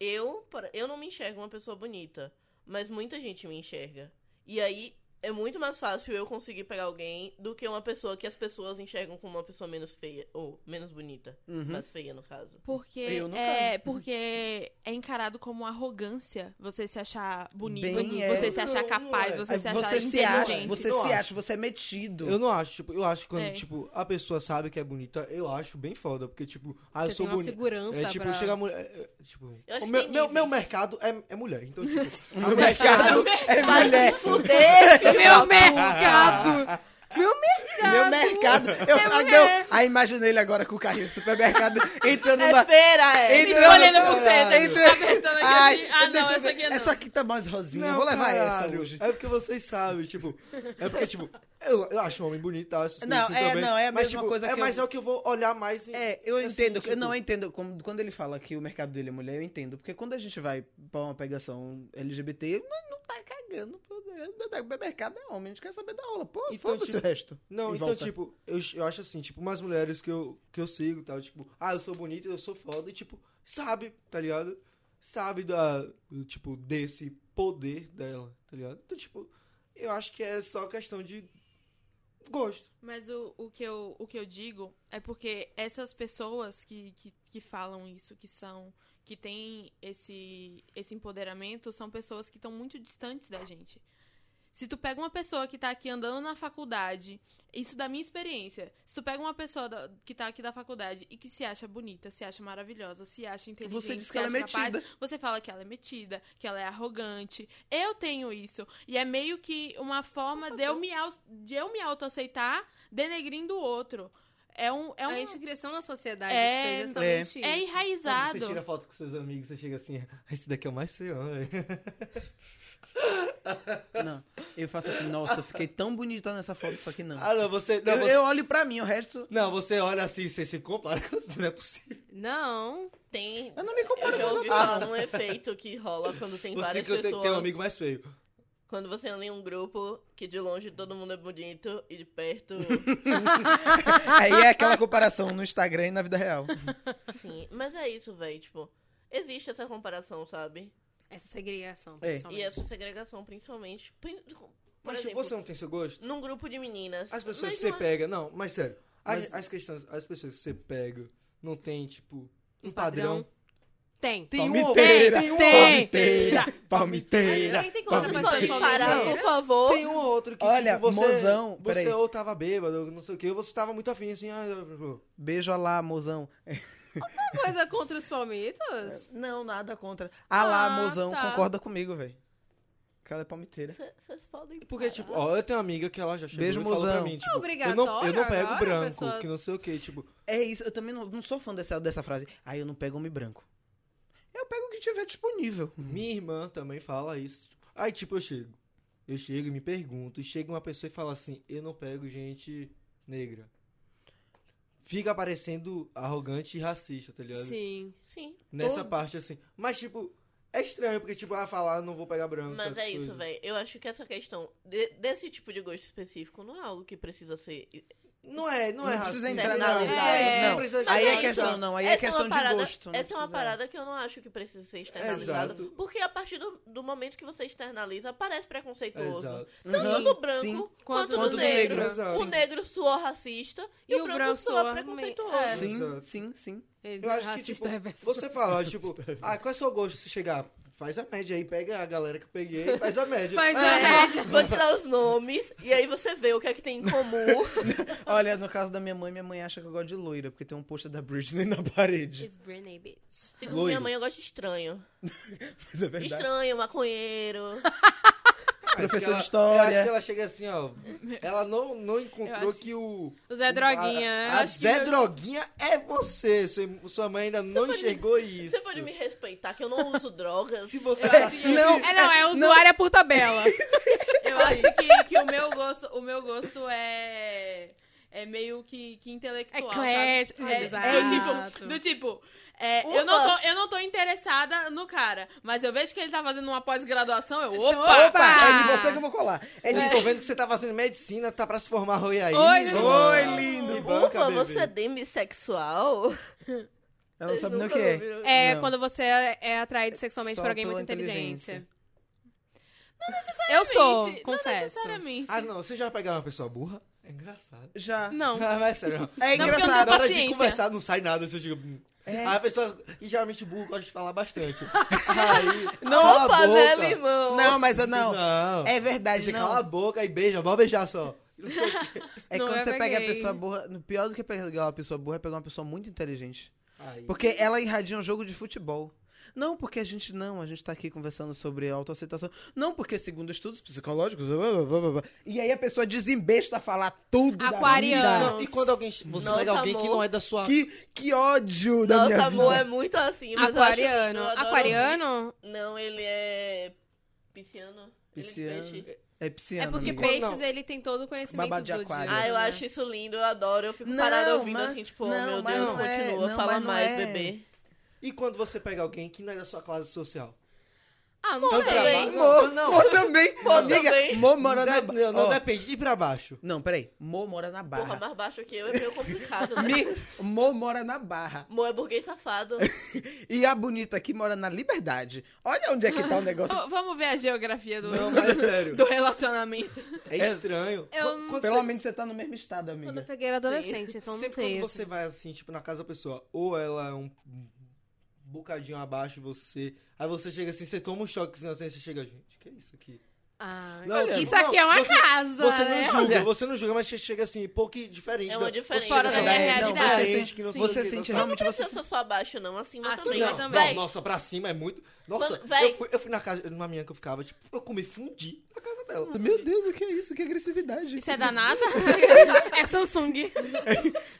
D: eu, por- eu não me enxergo uma pessoa bonita, mas muita gente me enxerga. E aí é muito mais fácil eu conseguir pegar alguém do que uma pessoa que as pessoas enxergam como uma pessoa menos feia, ou menos bonita,
A: Uhum.
D: mais feia
A: [LAUGHS]
D: no caso.
E: Porque
A: Eu não
E: é, porque é encarado como arrogância você se achar bonito,
A: Bem,
E: você
A: é.
E: se achar
C: Não, não
E: capaz,
C: é.
E: você
A: Aí
E: se achar
A: você se acha,
E: inteligente.
A: você
C: Não
A: se
C: acho.
A: acha, você é metido.
C: Eu não acho, tipo, eu acho que quando,
E: É.
C: tipo, a pessoa sabe que é bonita, eu acho bem foda, porque, tipo, ah, eu
B: Você tem
C: sou
B: uma
C: bonita.
B: segurança
C: É tipo,
B: pra...
C: chega a mulher. é, é, tipo,
D: Eu acho
C: o
D: que
C: meu,
D: tem
C: meu, meu
D: níveis.
C: mercado é, é mulher.
A: [LAUGHS]
C: Então, tipo, a
A: Meu
C: mulher-
A: mercado é
D: Vai
A: mulher.
D: se fuder, filho da
B: Meu mercado!
A: Meu mercado. Eu, ah, não. Aí imaginei ele agora com o carrinho do
E: [LAUGHS]
A: supermercado entrando
D: É
A: na.
D: feira, é.
A: Entrando-
E: Escolhendo você,
A: entrando-
E: assim, apertando aqui
A: Ai,
E: assim. Ah, não,
A: deixa eu
E: essa
A: ver.
E: aqui é não.
A: Essa aqui tá mais rosinha. eu vou levar essa
C: caralho,
A: hoje.
C: É porque vocês sabem, tipo. É porque, tipo, eu, eu acho um homem bonito, tá? Vocês
A: Não,
C: me
A: é,
C: sintam bem,
A: não, é a
C: mas,
A: mesma
C: tipo,
A: coisa
C: é,
A: que
C: Mas
A: eu-
C: é o que eu vou olhar mais. em-
A: É, eu
C: assim,
A: entendo. que-
C: tipo-
A: Não, eu entendo. Como, quando ele fala que o mercado dele é mulher, eu entendo. Porque quando a gente vai pra uma pegação LGBT, não, não tá cagando. pro- Meu meu mercado é homem, a gente quer saber da aula. Pô,
C: Então,
A: foda-se
C: tipo-
A: o resto.
C: Não,
A: E
C: então,
A: volta.
C: tipo, eu, eu acho assim, tipo, umas mulheres que eu, que eu sigo, tal, tipo, ah, eu sou bonita, eu sou foda, e, tipo, sabe, tá ligado? Sabe da, do, tipo, desse poder dela, tá ligado? Então, tipo, eu acho que é só questão de gosto.
E: Mas o, o, que eu, o que eu digo é porque essas pessoas que, que, que falam isso, que são. que têm esse, esse empoderamento, são pessoas que estão muito distantes da gente. Se tu pega uma pessoa que tá aqui andando na faculdade, isso da minha experiência. Se tu pega uma pessoa da- que tá aqui da faculdade e que se acha bonita, se acha maravilhosa, se acha inteligente,
A: Você diz
E: se
A: que ela é
E: acha capaz,
A: metida.
E: você fala que ela é metida, que ela é arrogante. Eu tenho isso. E é meio que uma forma de eu me, au- de eu me autoaceitar denegrindo o outro. É um. É, um,
B: A gente cresceu na sociedade
E: É,
B: que fez exatamente
E: é
B: isso.
E: enraizado.
C: Você tira foto com seus amigos, você chega assim, "Ah, esse daqui é o mais feio, velho.
A: Não, eu faço assim, nossa, eu fiquei tão bonita nessa foto, só que não.
C: Ah, não, você... Não,
A: eu,
C: você,
A: eu olho pra mim, o resto.
C: não, você olha assim, você se compara com isso, não é possível.
B: Não.
D: Tem,
A: Eu não me comparo
D: Eu já
A: com
D: ouvi
A: os
D: falar
A: outros.
D: num efeito que rola quando tem
C: Você tem
D: várias
C: que eu tenho-
D: pessoas.
C: tenho um amigo mais feio.
D: Quando você anda em um grupo que de longe todo mundo é bonito e
C: [LAUGHS]
D: de perto.
A: [LAUGHS] Aí é aquela comparação no Instagram e na vida real.
D: Sim. Mas é isso, velho. Tipo, existe essa comparação, sabe?
B: Essa segregação,
A: É.
B: principalmente.
D: E essa segregação, principalmente. Prin- Por
C: Mas tipo,
D: exemplo,
C: você não tem seu gosto?
D: num grupo de meninas.
C: As pessoas
D: mas
C: que você
D: não é-
C: pega. Não, mas sério. As,
A: Mas-
C: as questões, as pessoas que você pega não tem, tipo, um,
B: padrão.
C: padrão.
B: Tem.
C: Tem um
A: Palmiteira,
C: ou- tem um
B: tem.
A: palmiteira.
B: Gente, tem como
D: Vocês
B: você
A: Palmiteira.
B: pode
D: podem parar, por
B: palmeiras?
D: favor.
C: Tem um ou outro que
A: Olha,
C: tipo, você,
A: mozão,
C: você
A: peraí.
C: ou tava bêbado, ou não sei o que, ou você tava muito afim, assim, ah, pô.
A: Beijo lá, mozão.
B: coisa contra os
C: É.
B: palmitos? É
A: Não, nada contra. Ah lá,
B: Ah,
A: mozão,
B: tá.
A: concorda comigo, velho. Que ela é palmiteira.
D: Cê- Vocês podem.
C: porque,
D: parar.
C: tipo, ó, eu tenho uma amiga que ela já chegou
A: Ah, Beijo,
C: e falou pra
A: mozão.
C: mim, tipo, eu
B: obrigatório
C: não, eu não pego
B: agora,
C: branco,
B: pessoa?
C: que não sei o que, tipo,
A: É isso, eu também não, não sou fã dessa, dessa frase. Ah, eu não pego homem branco. Eu pego o que tiver disponível.
C: minha irmã também fala isso. tipo, Aí, tipo, eu chego, eu chego e me pergunto, e chega uma pessoa e fala assim, eu não pego gente negra. Fica parecendo arrogante e racista, tá ligado?
B: Sim.
D: Sim.
C: Nessa
A: Todo-
C: parte, assim. Mas, tipo, é estranho, porque, tipo, ah, falar, não vou pegar branco.
D: Mas
C: essas
D: é isso,
C: coisas.
D: velho. Eu acho que essa questão de- desse tipo de gosto específico não é algo que precisa ser
C: Não é, não, é
A: Não precisa
C: racista,
A: entrar
C: é
A: na
C: nada.
A: realidade.
B: É.
A: Não,
C: Não precisa
A: aí
D: Mas
A: é
D: é
A: questão,
D: isso.
A: não. Aí é
D: Essa
A: questão
D: uma parada-
A: de gosto. né? não
D: Essa é uma
A: precisa-
D: parada que eu não acho que precisa ser externalizada.
C: Exato.
D: Porque a partir do, do momento que você externaliza, parece preconceituoso.
C: Exato.
D: Tanto
A: Uhum.
D: do branco
A: Sim.
D: quanto,
B: Quanto
D: do,
A: do
D: negro.
A: negro.
C: Exato.
D: O negro soa racista e, o branco, soa
B: me-
D: preconceituoso.
B: é.
A: Sim,
C: Exato.
A: sim, sim.
C: Eu acho que, tipo, você fala, tipo, ah, qual é o seu gosto? Se chegar, faz a média aí, pega a galera que eu peguei e faz
A: [LAUGHS]
C: a média.
B: Faz a
C: É,
B: média.
D: Vou tirar os nomes e aí você vê o que é que tem em comum.
A: Olha, no caso da minha mãe, minha mãe acha que eu gosto de loira, porque tem um pôster da Britney [LAUGHS] na parede.
B: It's Britney, bitch.
D: Segundo
C: Loiro.
D: minha mãe, eu gosto de estranho.
A: Mas é verdade.
D: Estranho, maconheiro.
C: Ah, acho que
A: Professor de
C: ela-
A: história.
C: Eu acho que ela chega assim, ó. Ela não, não encontrou
E: Eu acho-
C: que o.
B: O Zé é Droguinha.
C: A,
B: eu
C: a
B: acho que
C: Zé
B: meu-
C: Droguinha é você. Sua, sua mãe ainda não enxergou isso.
D: Você pode me respeitar, que eu não uso
C: [LAUGHS]
D: drogas.
C: Se você
E: Eu
C: tá
E: acho que-
C: sempre-
A: Não,
B: É, não, é usuária por tabela.
E: Eu acho que, que o meu gosto, o meu gosto é é meio que, que
B: É
E: intelectual, sabe?
B: Clash.
E: É, do tipo, do tipo é,
D: Ufa.
E: eu, não tô, eu não tô interessada no cara, mas eu vejo que ele tá fazendo uma pós-graduação, eu,
B: Opa!
E: opa!
A: É de você que eu vou colar. É de
C: Eu tô vendo que você tá fazendo medicina, tá pra se formar Roy aí.
E: Oi,
C: né?
E: meu
A: Oi,
C: Mano,
A: lindo.
C: me banca,
D: Ufa,
C: bebê.
D: você é demissexual?
A: Ela não
D: Vocês
A: sabe nem o
D: nunca
A: que é.
D: ouviram.
B: É
A: Não.
B: quando você é é atraído sexualmente
A: Só
B: por alguém
A: pela
B: muito inteligente.
A: inteligência.
B: Eu sou,
E: Não
B: confesso.
E: necessariamente.
C: Ah, não, você já pegaram uma pessoa burra? É engraçado.
A: Já.
B: Não.
C: [LAUGHS] Ah, mas sério.
A: É
E: Não, porque eu não
A: engraçado.
C: Na hora de
E: paciência.
C: conversar não sai nada, você chega.
A: É.
C: Aí a pessoa. E geralmente burro gosta de
A: [LAUGHS]
C: falar bastante. Aí.
A: Não,
C: cala a
D: Opa, né,
C: boca.
D: meu irmão?
A: Não, mas eu não.
C: Não.
A: É verdade,
C: Você cala a
A: não.
C: boca e beija, bora beijar só. Não sei o quê.
A: É
B: Não,
A: quando
B: eu
A: você pega a
B: peguei.
A: pessoa burra. no Pior do que pegar uma pessoa burra é pegar uma pessoa muito inteligente.
C: Aí.
A: Porque ela irradia um jogo de futebol. Não porque a gente não, a gente tá aqui conversando sobre autoaceitação. Não porque, segundo estudos psicológicos. blá, blá, blá, blá, blá. E aí a pessoa desembesta a falar tudo.
B: Aquariano.
A: Da vida.
C: Não, é e quando alguém. Você
D: Nossa,
C: pega alguém que
D: amor.
C: não é da sua.
A: Que, que ódio da
D: Nossa,
A: minha
D: amor,
A: vida.
D: é muito assim. Mas eu acho-
B: Aquariano.
D: eu adoro-
B: Aquariano?
D: Não, ele é. Pisciano? Ele é de
A: Pisciano.
D: peixe.
A: É
B: É
A: pisciano,
B: porque
A: amiga.
C: pe-
B: peixes,
C: Não.
B: ele tem todo o conhecimento
A: Babado de
B: do
A: aquário.
D: Ah, eu
B: né?
D: acho isso lindo, eu adoro. Eu fico
A: É. Não,
D: parada ouvindo
A: mas-
D: assim, tipo, oh,
A: não,
D: meu
A: mas
D: Deus,
A: não é,
D: continua,
A: não,
D: fala
A: mas não
D: mais,
A: é.
D: bebê.
C: E quando você pega alguém que não é da sua classe social?
B: Ah, não
D: Não,
B: sei.
D: também.
A: Mo,
C: Não.
A: Mo também.
D: Mo
A: amiga,
D: também.
A: Mo mora
C: não,
A: na.
C: de- não, não
A: Ó,
C: depende de ir pra baixo.
A: Não, peraí. Mo mora na barra.
D: Porra, mais baixo que eu é meio complicado. Né?
A: [LAUGHS] Mi, Mo mora na barra.
D: Mo é burguês
A: [LAUGHS]
D: safado.
A: E a bonita aqui mora na liberdade. Olha onde é que tá o negócio.
E: [LAUGHS] V- Vamos ver a geografia do,
C: Não, mas é sério. [LAUGHS]
E: [LAUGHS] do relacionamento.
C: É estranho.
B: Eu
C: Qu-
B: não-
C: quando
A: Pelo
C: você-
A: menos você tá no mesmo estado, amiga.
B: Quando eu peguei era adolescente, então não
C: Sempre
B: sei
C: quando
B: isso.
C: você vai assim, tipo, na casa da pessoa, ou ela é um bocadinho abaixo de você, aí você chega assim, você toma um choquezinho assim, aí você chega, gente, que é isso aqui?
B: Ah,
C: Não,
B: que
C: tipo,
B: isso aqui é uma
C: não, você-
B: casa,
C: você
B: né?
C: não julga,
A: Olha.
C: você não julga, mas você chega assim, pô, que diferente.
D: É uma
C: da-
D: diferença. é
C: você-
E: Fora
C: você
E: da
C: vai-
E: minha
A: não,
E: realidade.
A: você
C: Sim.
A: sente, você
C: Sim.
A: sente
C: Não
A: realmente.
D: Não
A: Você
D: precisa ser só abaixo, não, acima
E: Ah,
D: também.
E: sim,
C: Não,
E: Eu também.
C: não, nossa, pra cima é muito. Nossa,
D: Quando- véi.
C: eu, fui, eu fui na casa, numa menina que eu ficava, tipo, eu comi fundi na casa dela.
A: Meu Deus, o que é isso? Que agressividade.
E: Isso é da NASA?
B: [LAUGHS] É Samsung.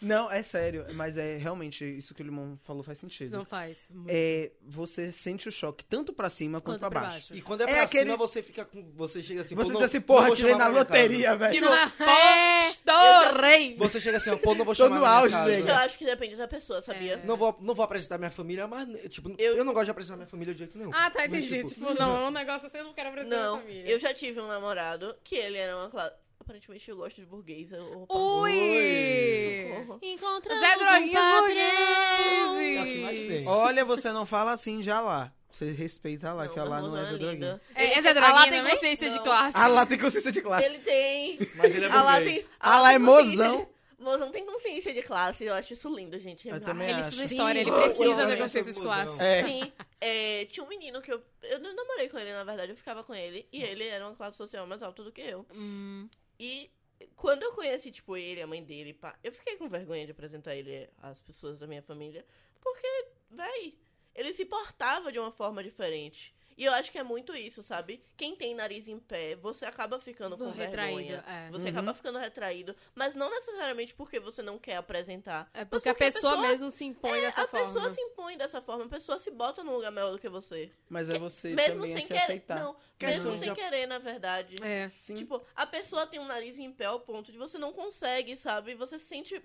A: Não, é sério. Mas é realmente isso que o Limão falou faz sentido.
B: Não [LAUGHS] faz.
A: É, você sente o choque tanto pra cima quanto, pra baixo.
C: E quando é
A: É
C: pra
A: aquele-
C: cima, você fica com. Você chega assim,
A: Você
C: pô,
A: diz
C: não-
A: assim,
C: não
A: porra,
C: vou
A: tirei
C: chamar
A: na
C: pra minha casa.
A: loteria, velho.
E: Tipo,
B: É.
E: Estourei!
C: Você chega assim, ó, pô, não vou
A: [LAUGHS] Tô
C: chamar
A: no
C: na minha
A: auge,
C: casa.
A: nega.
D: Eu acho que depende da pessoa, sabia?
B: É.
C: Não vou, não vou apresentar minha família, mas, tipo, eu,
D: Eu-
C: não gosto de apresentar minha família de jeito nenhum.
B: Ah, tá,
C: Mas,
B: entendi.
C: tipo,
B: Tipo, não, é um negócio assim, eu não quero apresentar
D: Não,
B: minha família.
D: eu já tive um namorado que ele era uma classe. Aparentemente eu gosto de burguês. eu- opa,
B: Ui!
D: socorro.
E: Encontramos
B: Zé Droguinhas
E: um
C: É o que mais
B: burgueses!
C: tem.
A: [LAUGHS] Olha, você não fala assim já lá. Você respeita lá,
D: Não,
A: que a lá
D: mas
A: não
D: Rosana
A: é Zé
D: linda.
A: Droguinha.
B: É, é Zé
E: padrão. A lá
B: Droguinha
E: tem
B: também?
E: consciência de
D: Não.
E: classe.
A: Ah lá tem consciência de classe.
D: Ele tem.
B: [LAUGHS]
C: Mas ele é
D: A lá
C: burguês.
D: tem.
A: Ah lá é mozão.
D: Mozão tem consciência de classe, eu acho isso lindo, gente.
A: Eu também
B: Ele
A: acho.
B: estuda história, ele
D: Sim.
B: precisa
C: Sim.
B: ter consciência de classe.
A: É.
D: Sim, é, tinha um menino que eu. Eu não namorei com ele, na verdade, eu ficava com ele. E ele era uma classe social mais alta do que eu.
B: Hum,
D: E quando eu conheci, tipo, ele, a mãe dele, pá, eu fiquei com vergonha de apresentar ele às pessoas da minha família. Porque, véi, ele se portava de uma forma diferente. E eu acho que é muito isso, sabe? Quem tem nariz em pé, você acaba ficando com
B: retraído,
D: vergonha.
B: é.
D: Você acaba ficando retraído, mas não necessariamente porque você não quer apresentar.
B: É
D: Mas
B: porque a pessoa, mesmo se impõe
D: É,
B: dessa
D: a
B: forma.
D: pessoa se impõe dessa forma, a pessoa se bota num lugar melhor do que você.
A: Mas é você
D: mesmo
A: também
D: sem
A: a se
D: querer.
A: aceitar.
D: Não,
C: Questão
D: mesmo
C: de
D: sem
C: ap-
D: querer, na verdade.
B: É.
A: Sim.
D: Tipo, a pessoa tem um nariz em pé ao ponto de você não consegue, sabe? Você se sente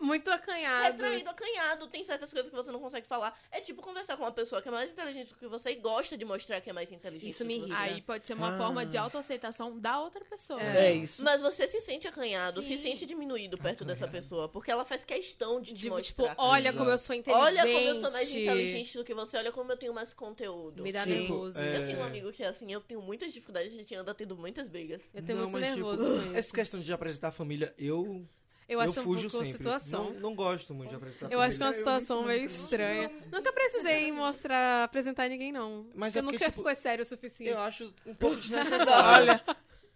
B: Muito acanhado.
D: retraído, acanhado, tem certas coisas que você não consegue falar. É tipo conversar com uma pessoa que é mais inteligente do que você e gosta de mostrar que é mais inteligente.
B: Isso
D: do
B: me
D: que você.
B: irrita.
E: Aí pode ser uma
A: Ah.
E: forma de autoaceitação da outra pessoa.
A: é. isso. Tá
D: Mas você se sente acanhado,
E: Sim.
D: se sente diminuído perto dessa pessoa, porque ela faz questão de te
B: Tipo, tipo,
D: mostrar.
B: olha como eu sou inteligente.
D: olha como eu sou mais inteligente do que você, olha como eu tenho mais conteúdo.
B: Me dá
A: Sim,
B: nervoso.
C: é.
D: Eu tenho um amigo que é assim, eu tenho muitas dificuldades, a gente anda tendo muitas brigas.
B: Eu tenho
C: Não,
B: muito
C: [LAUGHS] mas, tipo,
B: nervoso com isso.
C: Essa questão de apresentar a família, eu
B: Eu, acho um
C: fujo
B: pouco a
C: sempre.
B: situação.
C: Não, não gosto muito de apresentar
B: Eu acho que é uma
A: Eu realmente
B: situação
A: não
B: meio
A: entendo.
B: estranha. Nunca precisei mostrar, apresentar ninguém, não.
C: Mas
B: Porque
C: é porque,
B: nunca
C: tipo,
B: ficou sério o suficiente.
C: Eu acho
B: [LAUGHS]
C: um pouco desnecessário.
A: Olha,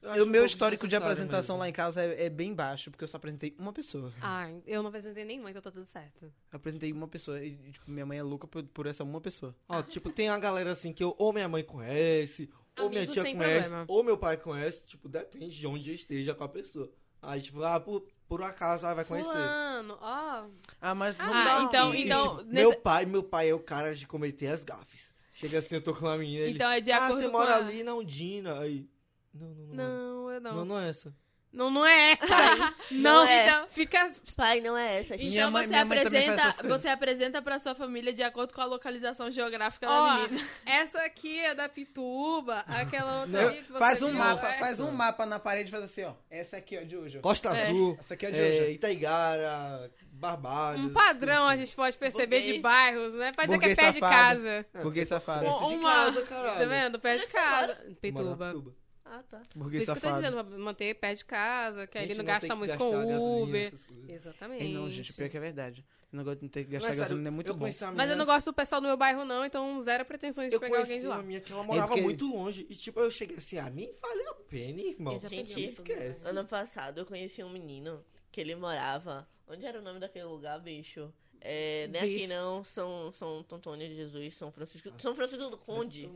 C: Eu acho
A: O
C: um
A: meu
C: pouco
A: histórico de
C: desnecessário
A: apresentação
C: mesmo.
A: lá em casa é, é bem baixo, porque eu só apresentei uma pessoa.
B: Ah, eu não apresentei nenhuma, então tá tudo certo.
A: Eu apresentei uma pessoa e tipo, minha mãe é louca por, por essa uma pessoa.
C: Ó, tipo, tem uma galera assim que eu, ou minha mãe conhece, ou minha
B: Amigos
C: tia
B: sem
C: conhece,
B: problema.
C: ou meu pai conhece, tipo, depende de onde eu esteja com a pessoa. Aí, tipo, ah, por, por um acaso, ah, vai conhecer.
B: Fulano, ó.
A: Ah, mas não
E: Ah,
A: dá
E: então-
A: um-
E: então-
C: Tipo,
E: nesse-
C: meu pai, meu pai é o cara de cometer as gafes. Chega assim, eu tô com uma menina, ele,
E: Então é de
C: ah,
E: acordo
C: você
E: com
C: mora
E: a-
C: ali na Undina, aí, não, não, não,
B: Não, eu
C: não,
B: não.
C: não, não é essa.
B: Não, não é. [LAUGHS] pai.
E: Não,
D: Não é.
E: então.
B: Fica.
D: Pai, não é essa.
E: Então
D: gente.
A: Minha mãe-
E: você,
A: minha mãe também faz essas
E: apresenta,
A: coisas.
E: você apresenta pra sua família de acordo com a localização geográfica da
B: Ó,
E: menina.
B: essa aqui é da Pituba, aquela outra
C: Não,
B: ali que você
A: Faz um
B: viu,
A: mapa,
B: é.
A: faz um mapa na parede e faz assim, ó. Essa aqui, ó, de hoje. ó.
C: Costa
E: É.
C: Azul,
A: Essa aqui é de
C: é,
A: hoje.
C: Itaigara, Barbados.
B: Um padrão a gente pode perceber de
D: Burguês.
B: bairros, né? Pode dizer que é
A: Burguês
B: pé de
A: safado.
B: casa.
C: É.
A: ó. Burguês safado.
E: Bom,
C: Perto de
E: uma-
C: casa,
B: Um, Tá
C: caralho.
B: vendo? Pé de casa.
C: Mora na
B: Pituba. Por
C: Pituba.
D: Ah, tá.
A: Burguês
B: isso que eu tô
A: safado.
B: dizendo, pra manter pé de casa, que aí
C: A
B: ele
C: gente
B: não
C: tem
B: gasta
C: que
B: muito
C: gastar
B: com
C: gasolina,
B: Uber.
C: essas coisas.
B: Exatamente.
A: Ei, não, gente, pior que é verdade. O negócio de não ter que
C: Não, é
A: gastar
C: sério,
A: gasolina é muito
C: eu
A: bom.
C: conheci uma
B: Mas eu
C: menina-
B: não gosto do pessoal do meu bairro, não, então zero pretensões de
C: Eu
B: pegar alguém
C: conheci
B: de lá.
C: uma minha que ela morava
A: porque-
C: muito longe. E tipo, eu cheguei assim, ah, nem vale a pena, irmão. Tipo,
B: Eu já
D: Gente,
B: peguei isso tudo,
C: esquece.
B: né?
D: Ano passado eu conheci um menino que ele morava. Onde era o nome daquele lugar, bicho? É, nem aqui
B: Bicho.
D: não, São, São Antônio de Jesus, São Francisco. São Francisco do Conde.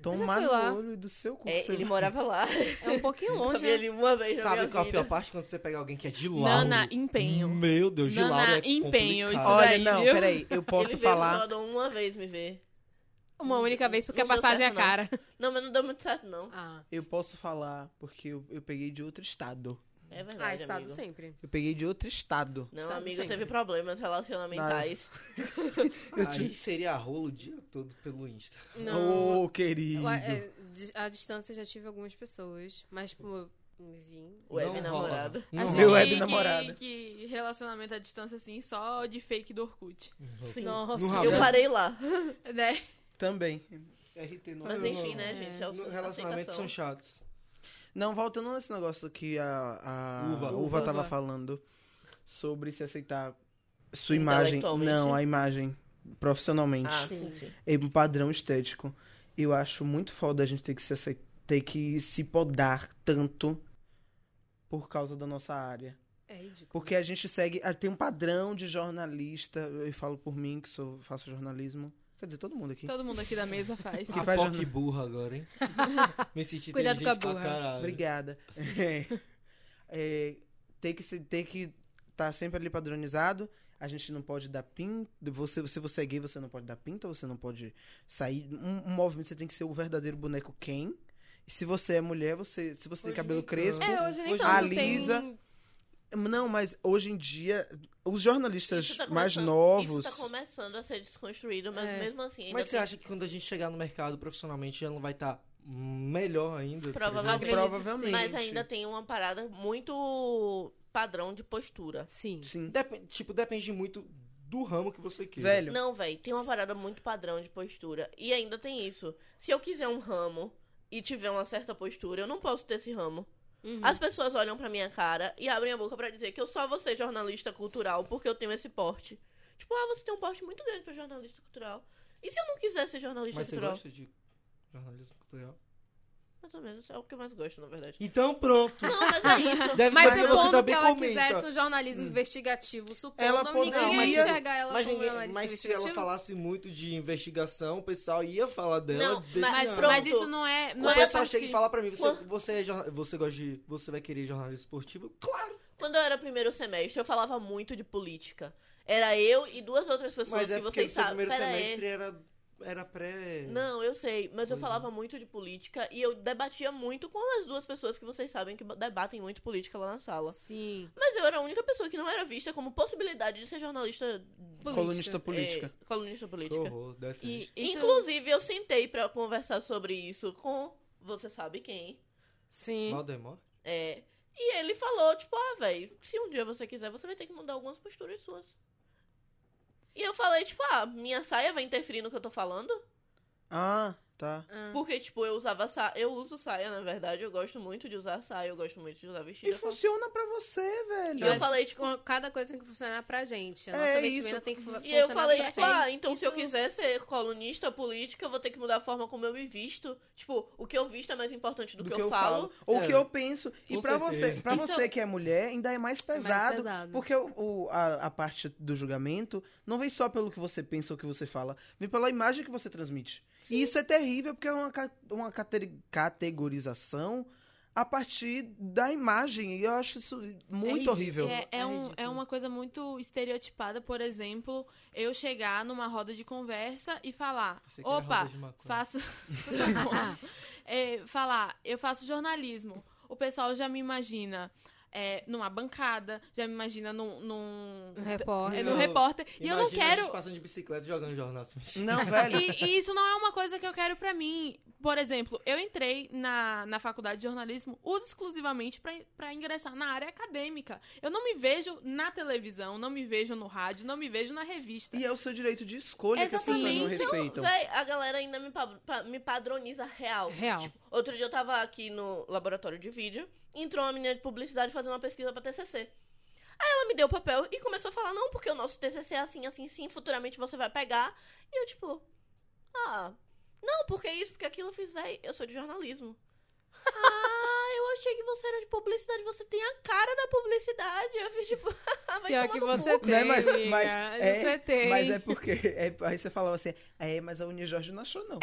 A: Tomar
B: Eu já fui lá.
A: no olho do seu cu.
D: É,
A: seu-
D: ele morava lá.
B: É um pouquinho
D: Eu só
B: longe.
D: vi
B: né?
D: ele uma vez na
C: Sabe
D: minha
C: qual é a
D: vida.
C: pior parte? Quando você pega alguém que é de Lauro.
E: Nana, empenho.
C: Meu Deus, de
E: Nana,
C: Lauro é
E: empenho,
C: complicado.
E: isso
A: Olha,
E: daí,
A: não,
E: viu?
A: peraí, eu posso
D: ele
A: falar.
D: veio em uma vez me ver.
B: Uma única vez, porque a
D: Não deu
B: passagem é
D: certo, não.
B: cara.
D: Não, mas não deu muito certo, não.
B: Ah,
A: Eu posso falar porque eu, eu peguei de outro estado.
D: É
B: ah
C: tá
D: verdade,
B: estado
D: amigo.
B: sempre.
A: Eu peguei de outro estado.
D: Não,
B: Estado
D: amigo,
B: sempre.
D: teve problemas relacionamentais.
A: Eu
C: Aí seria rolo o dia todo pelo Insta.
B: Não.
A: Ô, querido.
B: Eu, é, di- à distância já tive algumas pessoas, mas, tipo, me vim.
D: Web
C: Não rola.
D: namorado.
E: A
C: Não
E: gente
A: Meu
C: rola.
A: web
E: que-
A: namorado.
E: Que relacionamento à distância, assim, só de fake do Orkut.
D: Sim.
B: Nossa, É
C: No rabo.
D: Eu parei lá.
E: Né?
A: Também. RT não.
D: Mas
C: não,
D: enfim,
C: não.
D: né, gente? É o
C: No- Relacionamentos são
D: aceitação.
C: chatos.
A: Não, voltando nesse negócio que a, a
C: Uva.
E: Uva.
A: tava
E: Uva.
A: falando sobre se aceitar sua imagem.
D: Intelectualmente.
A: Não, a imagem. Profissionalmente.
D: Ah,
B: Sim.
D: sim, sim.
A: É um padrão estético. Eu acho muito foda a gente ter que se aceitar, ter que se podar tanto por causa da nossa área.
B: é ridículo.
A: Porque a gente segue. ah, Tem um padrão de jornalista. Eu falo por mim, que sou, faço jornalismo. Quer dizer, todo mundo aqui.
E: Todo mundo aqui da mesa faz.
A: Que
C: a
A: faz
C: POC
A: jornal-
C: burra
B: [LAUGHS]
C: agora, hein? Me senti
B: Cuidado com a
C: inteligente pra
B: burra.
C: caralho.
D: [LAUGHS]
A: Obrigada. É, é, tem que estar tem que tá sempre ali padronizado. A gente não pode dar pinta. Você, se você é gay, você não pode dar pinta, você não pode sair. Um, um movimento, você tem que ser o verdadeiro boneco quem. E se você é mulher, você, se você tem
C: Hoje
A: cabelo
C: nem
A: crespo.
C: tanto.
B: É, hoje nem
C: Hoje
B: tanto.
A: a Lisa-
B: Tem...
A: Não, mas hoje em dia, os jornalistas
D: Isso tá
A: mais
D: começando-
A: novos.
D: Isso tá começando a ser desconstruído, mas
B: É.
D: mesmo assim. Ainda
C: Mas você
D: tem-
C: acha que quando a gente chegar no mercado profissionalmente já não vai estar melhor ainda? tá- por exemplo?
D: Provavelmente.
A: Provavelmente.
D: Mas ainda tem uma parada muito padrão de postura.
B: Sim.
A: Sim.
C: Depen- tipo, depende muito do ramo que você queira.
A: Velho.
D: Não, velho, tem uma parada muito padrão de postura. E ainda tem isso. Se eu quiser um ramo e tiver uma certa postura, eu não posso ter esse ramo.
B: Uhum.
D: As pessoas olham pra minha cara e abrem a boca pra dizer que eu só vou ser jornalista cultural porque eu tenho esse porte. Tipo, ah, você tem um porte muito grande pra jornalista cultural. E se eu não quiser ser jornalista
C: Mas você
D: cultural?
C: gosta de jornalismo cultural?
D: Mais ou menos, é o que eu mais gosto, na verdade. [LAUGHS]
C: Então pronto.
D: Não, mas é isso.
C: Deve
B: Mas
C: ser que você
B: supondo que
C: também
B: ela
C: comenta.
B: quisesse um jornalismo investigativo, supondo,
A: Ela pô-
B: ninguém
A: não, mas-
B: ia enxergar ela
C: Mas,
B: como
C: ninguém-
B: jornalista
C: mas se ela
B: investigativo.
C: falasse muito de investigação, o pessoal ia falar dela.
D: Não,
C: desse
E: Mas,
C: ano.
D: pronto.
E: mas isso não é. Não
C: o
E: é a
C: pessoal
E: partir...
C: chega e fala pra mim, você,
D: Quando-
C: você, é jorna- você gosta de. Você vai querer jornalismo esportivo? Claro!
D: Quando eu era primeiro semestre, eu falava muito de política. Era eu e duas outras pessoas
C: Mas é
D: que
C: porque o
D: vocês
C: seu
D: sabem.
C: primeiro
D: Pera aí.
C: semestre era, era pré.
D: Não, eu sei, mas eu
C: Pois é.
D: falava muito de política e eu debatia muito com as duas pessoas que vocês sabem que debatem muito política lá na sala.
B: Sim.
D: Mas eu era a única pessoa que não era vista como possibilidade de ser jornalista.
A: Colunista política.
D: eh, colunista
C: Que
D: política.
C: horror,
E: E
C: detesto.
E: isso-
D: Inclusive, eu sentei pra conversar sobre isso com você sabe quem.
B: Sim.
C: Valdemar?
D: É, e ele falou, tipo, ah, velho, se um dia você quiser, você vai ter que mudar algumas posturas suas. E eu falei, tipo, ah, minha saia vai interferir no que eu tô falando?
A: Ah, Tá.
B: Ah.
D: Porque, tipo, eu usava saia. Eu uso saia, na verdade. Eu gosto muito de usar saia, eu gosto muito de usar
A: E
D: vestido. Eu falo-
A: funciona pra você, velho.
D: Eu
B: Eu
D: falei,
B: falei,
D: tipo,
B: tipo, cada coisa tem que funcionar pra gente. A
A: É
B: nossa vestimenta
A: isso.
B: tem que fu- funcionar
D: E eu falei,
B: pra
D: tipo,
B: gente.
D: ah, então se eu
B: Isso-
D: quiser ser colunista política, eu vou ter que mudar a forma como eu me visto. Tipo, o que eu visto é mais importante do, que, eu, falo.
A: Ou o
C: É.
A: que eu penso. E
C: Com
A: pra
C: certeza.
A: você, pra
B: Isso-
A: você que é mulher, ainda é mais
B: É mais
A: pesado.
B: pesado. [LAUGHS]
A: Porque o, o- a, a parte do julgamento não vem só pelo que você pensa ou que você fala, vem pela imagem que você transmite. E isso é terrível porque é uma, ca- uma cateri- categorização a partir da imagem. E eu acho isso muito
B: ridículo.
A: horrível.
E: É, é
B: É
E: um- é
B: ridículo.
E: uma coisa muito estereotipada, por exemplo, eu chegar numa roda de conversa e falar:
C: Pensei que era
E: opa,
C: roda de maconha.
E: faço. [LAUGHS] É, falar, eu faço jornalismo. O pessoal já me imagina é, numa bancada, já me imagina num. num
B: Um
E: é,
B: [LAUGHS] repórter.
E: num
C: Não,
E: repórter. E eu não
C: Imagina a gente
E: quero.
C: passando de bicicleta e jogando jornal. [LAUGHS] assim.
A: Não, velho.
E: E, e isso não é uma coisa que eu quero pra mim. Por exemplo, eu entrei na, na faculdade de jornalismo uso exclusivamente pra- pra ingressar na área acadêmica. Eu não me vejo na televisão, não me vejo no rádio, não me vejo na revista.
A: E é o seu direito de escolha que as pessoas não
E: Exatamente.
A: respeitam.
D: Véi, a galera ainda me, pa- pa- me padroniza real.
B: Real.
D: Tipo, outro dia eu tava aqui no laboratório de vídeo, entrou uma menina de publicidade fazendo uma pesquisa pra TCC. Aí ela me deu o papel e começou a falar, não, porque o nosso TCC é assim, assim, sim, futuramente você vai pegar. E eu, tipo, ah, não, porque isso, porque aquilo eu fiz, véi, eu sou de jornalismo. [LAUGHS] ah, eu achei que você era de publicidade, você tem a cara da publicidade. Eu fiz, tipo, [LAUGHS] vai
B: Pior
D: tomar
B: que
D: no cu.
B: você tem,
A: Né, mas-
B: amiga.
A: mas é-
B: você tem.
A: Mas é porque. é- aí você falava assim, é, mas a Unijorge não achou, não.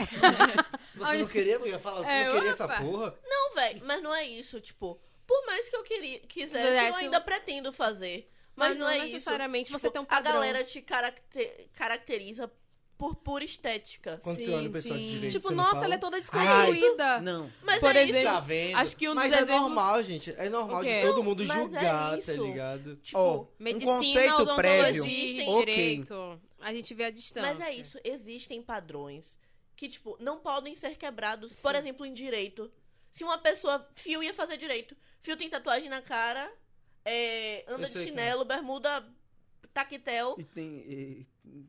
C: Você não queria, eu ia falar, você
B: É,
C: não queria
B: opa.
C: essa porra?
D: Não, velho, mas não é isso, tipo, por mais que eu queria, quisesse,
B: Mas é,
D: eu
B: se-
D: ainda pretendo fazer. Mas,
B: Mas
D: não,
B: não
D: é
B: necessariamente
D: isso.
B: você
D: Tipo,
B: tem um padrão.
D: A galera te caracte- caracteriza por pura estética.
C: Quando
B: Sim,
C: você olha o pessoal de
E: sim.
C: direito,
B: Tipo,
C: você não
B: nossa,
C: fala?
B: ela é toda desconstruída.
A: Ah, Não.
D: Mas
E: Por
D: é
E: exemplo,
D: isso,
C: Tá vendo?
E: Acho que um dos
C: Mas é
E: exemplos-
C: normal, gente. É normal
B: O quê?
C: de todo mundo
D: Não, mas é
C: julgar, tá
D: isso.
C: ligado?
D: tipo,
A: Ó, um
B: Medicina,
A: conceito prévio.
B: odontologia,
A: Ok.
B: direito. A gente vê a distância.
D: mas é isso, existem padrões que, tipo, não podem ser quebrados. Por exemplo, em direito. Se uma pessoa, Fio ia fazer direito. Fio tem tatuagem na cara, é, anda
C: Eu
D: de
C: sei, cara.
D: chinelo, bermuda, taquetel.
A: E tem, e-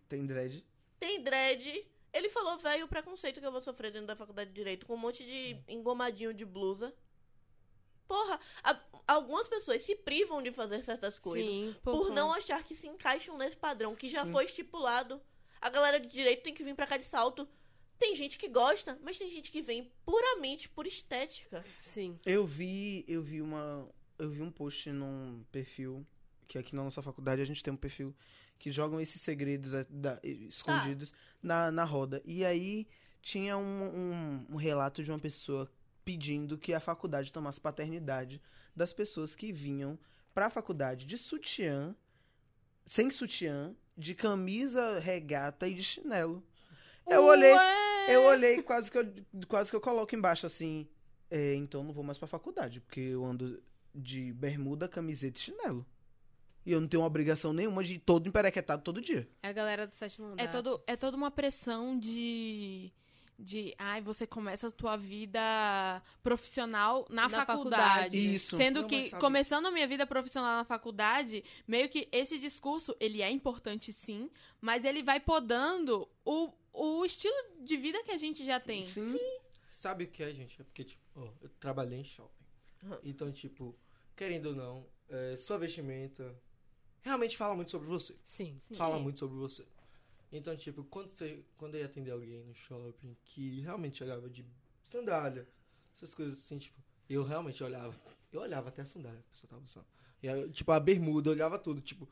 A: tem dread.
D: tem dread. Ele falou, velho, o preconceito que eu vou sofrer dentro da faculdade de Direito com um monte de engomadinho de blusa. Porra, a- algumas pessoas se privam de fazer certas coisas
B: Sim,
D: por não achar que se encaixam nesse padrão que já foi estipulado. A galera de Direito tem que vir pra cá de salto. Tem gente que gosta, mas tem gente que vem puramente por estética.
B: Sim.
A: Eu vi, eu vi uma, eu vi um post num perfil que aqui na nossa faculdade a gente tem um perfil que jogam esses segredos é, da- e- escondidos na, na roda. E aí tinha um, um- um relato de uma pessoa pedindo que a faculdade tomasse paternidade das pessoas que vinham pra faculdade de sutiã, sem sutiã, de camisa, regata e de chinelo. Eu olhei, eu olhei, quase que eu, quase que eu coloco embaixo assim. É, então não vou mais pra faculdade, porque eu ando de bermuda, camiseta e chinelo. E eu não tenho obrigação nenhuma de ir todo emperequetado todo dia.
B: É a galera do sétimo andar.
E: É, todo, é toda uma pressão de. De, ai, você começa a tua vida profissional na,
B: Na faculdade.
A: Isso.
E: É, Sendo
C: Não, mas
E: que,
C: sabe-
E: começando a minha vida profissional na faculdade, meio que esse discurso, ele é importante sim, mas ele vai podando o, o estilo de vida que a gente já tem.
A: Sim.
C: Sabe o que é, gente? É porque, tipo, ó, eu trabalhei em shopping.
D: Aham.
C: Então, tipo, querendo ou não, é, sua vestimenta realmente fala muito sobre você.
B: Sim.
C: Fala muito sobre você. Então, tipo, quando, você, quando eu ia atender alguém no shopping que realmente chegava de sandália, essas coisas assim, tipo, eu realmente olhava. Eu olhava até a sandália que a pessoa tava usando. E aí, tipo, a bermuda, eu olhava tudo. Tipo,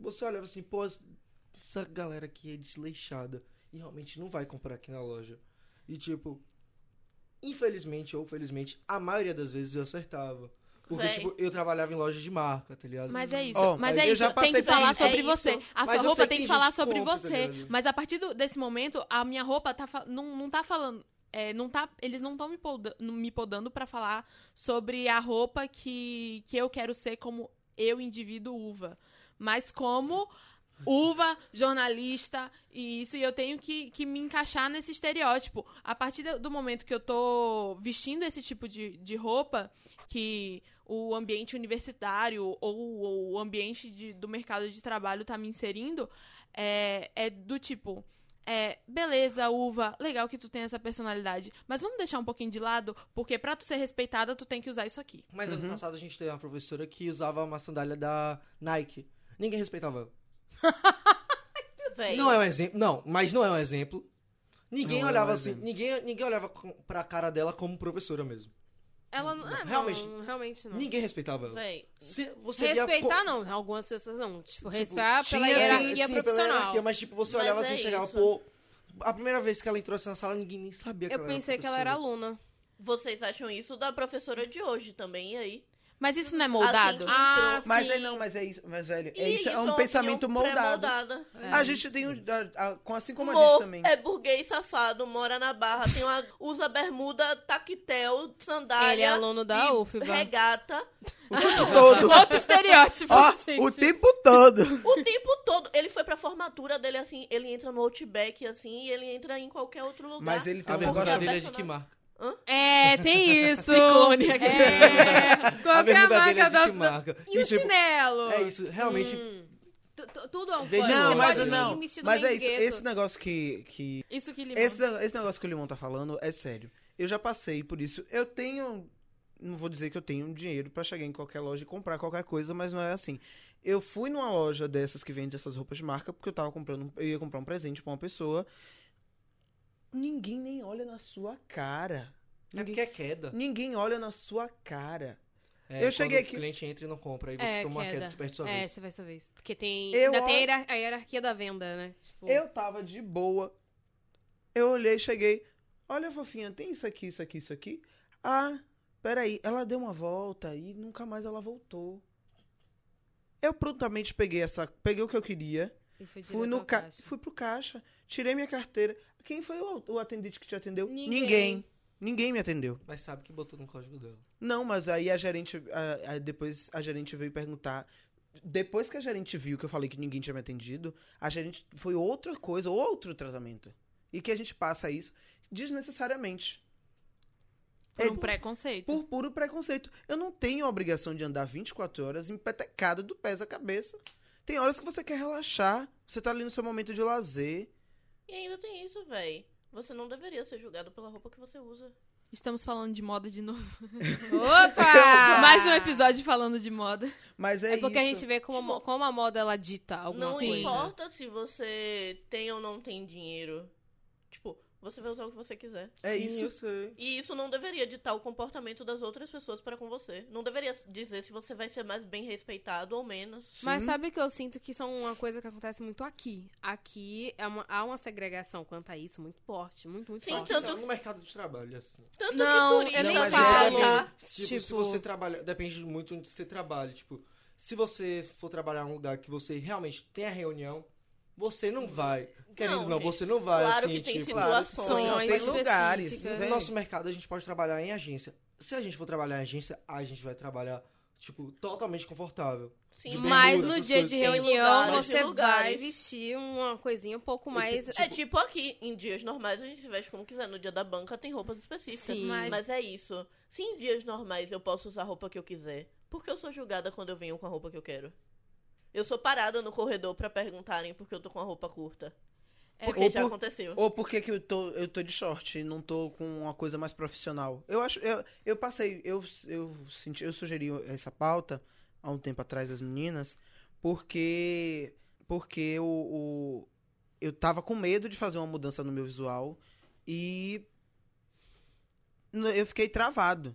C: você olhava assim, pô, essa galera aqui é desleixada e realmente não vai comprar aqui na loja. E, tipo, infelizmente ou felizmente, a maioria das vezes eu acertava. Porque,
D: Véi.
C: tipo, eu trabalhava em loja de marca, tá ligado?
E: Mas é isso,
A: Ó,
E: mas
A: eu
E: é
A: já
E: isso, tem
A: passei
E: que
A: por
E: falar
A: isso.
E: sobre
D: É
E: você.
D: isso.
E: A
C: Mas
E: sua
C: eu
E: roupa
C: sei
E: tem
C: que tem
E: que falar
C: gente que
E: sobre
C: compra, tá
E: você.
C: ligado?
E: mas a partir do- desse momento, a minha roupa tá, fa- não, não tá falando. é, não tá, eles não estão me, poda- não- me podando pra falar sobre a roupa que, que eu quero ser como eu, indivíduo uva. Mas como uva, jornalista e isso. E eu tenho que, que me encaixar nesse estereótipo. A partir do- do momento que eu tô vestindo esse tipo de, de roupa, que o ambiente universitário ou, ou o ambiente de- do mercado de trabalho tá me inserindo, é, é do tipo. é, beleza, uva, legal que tu tem essa personalidade, mas vamos deixar um pouquinho de lado, porque pra tu ser respeitada, tu tem que usar isso aqui.
C: Mas ano passado a gente teve uma professora que usava uma sandália da Nike. Ninguém respeitava ela.
D: Véi.
C: Não é um exemplo. Não, mas não é um exemplo. Ninguém
A: Não é um
C: olhava assim.
A: exemplo.
C: Ninguém, ninguém olhava com- pra cara dela como professora mesmo.
B: Ela não, ah, não,
C: Realmente.
B: realmente não.
C: Ninguém respeitava ela.
D: Véi,
C: Se- você via
B: Respeitar
C: co-
B: não, algumas pessoas não. Tipo,
C: Tipo,
B: respeitar
C: tinha,
B: pela
C: assim,
B: hierarquia
C: sim, pela
B: profissional.
C: hierarquia, mas tipo, você
D: Mas
C: olhava
D: é
C: assim e chegava,
D: isso.
C: pô. A primeira vez que ela entrou assim na sala, ninguém nem sabia que
B: eu
C: ela era
B: pensei que ela era
C: professora.
B: aluna.
D: vocês acham isso da professora de hoje também, e aí?
E: Mas isso não é moldado?
D: Assim que entrou.
B: Ah,
A: Mas
B: sim.
A: é não, mas é isso, mas velho,
D: E
A: é isso, é
D: uma
A: um
D: opinião
A: pensamento moldado.
D: pré-moldada.
A: A
B: [LAUGHS]
A: gente tem um, a- a- com- assim como a gente
D: Mo
A: também.
D: é burguês safado, mora na barra, tem uma, usa bermuda, taquetel, sandália.
B: Ele é aluno da
D: e
B: UFBA.
D: Regata.
A: O tempo todo.
E: [LAUGHS] Outro estereótipo, assim,
A: Ó,
E: gente.
A: o tempo todo.
D: O tempo todo. Ele foi pra formatura dele assim, ele entra no Outback assim, e ele entra em qualquer outro lugar.
A: Mas ele tem
C: A
A: um
D: bermuda
A: negócio
D: dele-
C: verdadeira é de
D: apaixonada.
C: que marca?
B: É, tem isso.
E: Ciclone aqui.
B: É,
C: A
B: [LAUGHS] qual que é a
C: bermuda dele
B: marca
C: é de
B: da...
C: que marca?
B: E o
C: tipo,
B: chinelo?
C: É isso, realmente.
B: Hum. Tu- tu- Tudo é um
C: Veja
B: fã.
C: Não,
B: Você
A: Não, mas
B: pode ir
A: não.
B: vestido
A: Mas
B: bem
A: é isso,
B: gueto.
A: esse negócio que que
E: [LAUGHS] Isso que limão.
A: esse, ne- esse negócio que o Limão tá falando é sério. Eu já passei por isso. Eu tenho não vou dizer que eu tenho dinheiro pra chegar em qualquer loja e comprar qualquer coisa, mas não é assim. Eu fui numa loja dessas que vende essas roupas de marca porque eu tava comprando, eu ia comprar um presente pra uma pessoa. Ninguém nem olha na sua cara.
C: É
A: Ninguém
C: porque é queda.
A: Ninguém olha na sua cara.
C: É,
A: Eu
C: quando
A: cheguei
C: o
A: aqui-
C: cliente entra e não compra, aí você
B: É,
C: toma uma queda,
B: queda.
C: você perde sua
B: É,
C: vez.
B: você vai saber isso. Porque tem.
A: Eu
B: ainda tem a
A: olho-
B: hierar- a hierarquia da venda, né? Tipo,
A: Eu tava de boa. Eu olhei, cheguei. Olha, fofinha, tem isso aqui, isso aqui, isso aqui. Ah, peraí. Ela deu uma volta e nunca mais ela voltou. Eu prontamente peguei essa. Peguei o que eu queria.
B: e foi
A: Fui,
B: direto
A: no
B: ao
A: ca...
B: caixa.
A: fui [LAUGHS] pro caixa. Tirei minha carteira. Quem foi o, o atendente que te atendeu?
B: Ninguém.
A: Ninguém. Ninguém me atendeu.
C: Mas sabe que botou no código dela.
A: Não, mas aí a gerente. a- a- depois a gerente veio perguntar. Depois que a gerente viu que eu falei que ninguém tinha me atendido, a gerente foi outra coisa, outro tratamento. E que a gente passa isso desnecessariamente.
E: Por
A: É
E: um preconceito.
A: por puro preconceito. Eu não tenho a obrigação de andar 24 horas empetecado do pés à cabeça. Tem horas que você quer relaxar, você tá ali no seu momento de lazer.
D: E ainda tem isso, véi. Você não deveria ser julgado pela roupa que você usa.
E: Estamos falando de moda de novo.
B: Opa!
E: Mais um episódio falando de moda.
A: Mas é,
B: É porque a
A: isso.
B: gente vê como, a mo-
D: Tipo,
B: como a moda ela dita alguma
D: não
B: coisa.
D: importa se você tem ou não tem dinheiro. Tipo, você vai usar o que você quiser.
A: É
C: Sim,
A: isso.
C: eu sei.
D: E isso não deveria ditar o comportamento das outras pessoas para com você. Não deveria dizer se você vai ser mais bem respeitado ou menos.
B: Mas
A: Sim.
B: sabe que eu sinto que são uma coisa que acontece muito aqui. Aqui é uma- há uma segregação quanto a isso muito forte, muito, muito
D: Sim,
B: forte.
D: tanto-
C: Tanto no é um mercado de trabalho, assim.
D: Tanto
B: Não,
D: que
B: eu
D: turista
B: nem
A: mas
D: vai
A: é
B: falo.
D: pra cá.
C: Tipo, se
B: Tipo-
C: você trabalha. Depende muito onde você trabalha. Tipo, se você for trabalhar em um lugar que você realmente tem a reunião, você não vai. Querendo ou não,
D: gente.
C: você não vai.
D: Claro
C: assim,
D: que tem
C: tipo,
D: situações.
C: Claro,
B: São
C: não, tem
B: específicas.
A: lugares, né?
C: No
A: Sim.
C: nosso mercado, a gente pode trabalhar em agência. Se a gente for trabalhar em agência, a gente vai trabalhar, tipo, totalmente confortável.
D: Sim,
C: de bem
B: Mas
C: duro,
B: no
C: essas
B: dia de
C: coisas assim.
B: reunião
D: Lugares,
B: você
D: lugares.
B: vai vestir uma coisinha um pouco mais.
D: É tipo aqui, em dias normais a gente se veste como quiser. No dia da banca tem roupas específicas.
B: Sim.
D: Mas... é isso. Se em dias normais eu posso usar a roupa que eu quiser, por que eu sou julgada quando eu venho com a roupa que eu quero? Eu sou parada no corredor pra perguntarem por que eu tô com a roupa curta.
E: É.
D: Porque
A: Ou
D: já
A: por-
D: aconteceu.
A: Ou por que que eu tô, eu tô de short e não tô com uma coisa mais profissional? Eu acho, eu, eu passei, eu, eu senti, eu sugeri essa pauta há um tempo atrás às meninas, porque porque o, o- eu tava com medo de fazer uma mudança no meu visual e n- eu fiquei travado.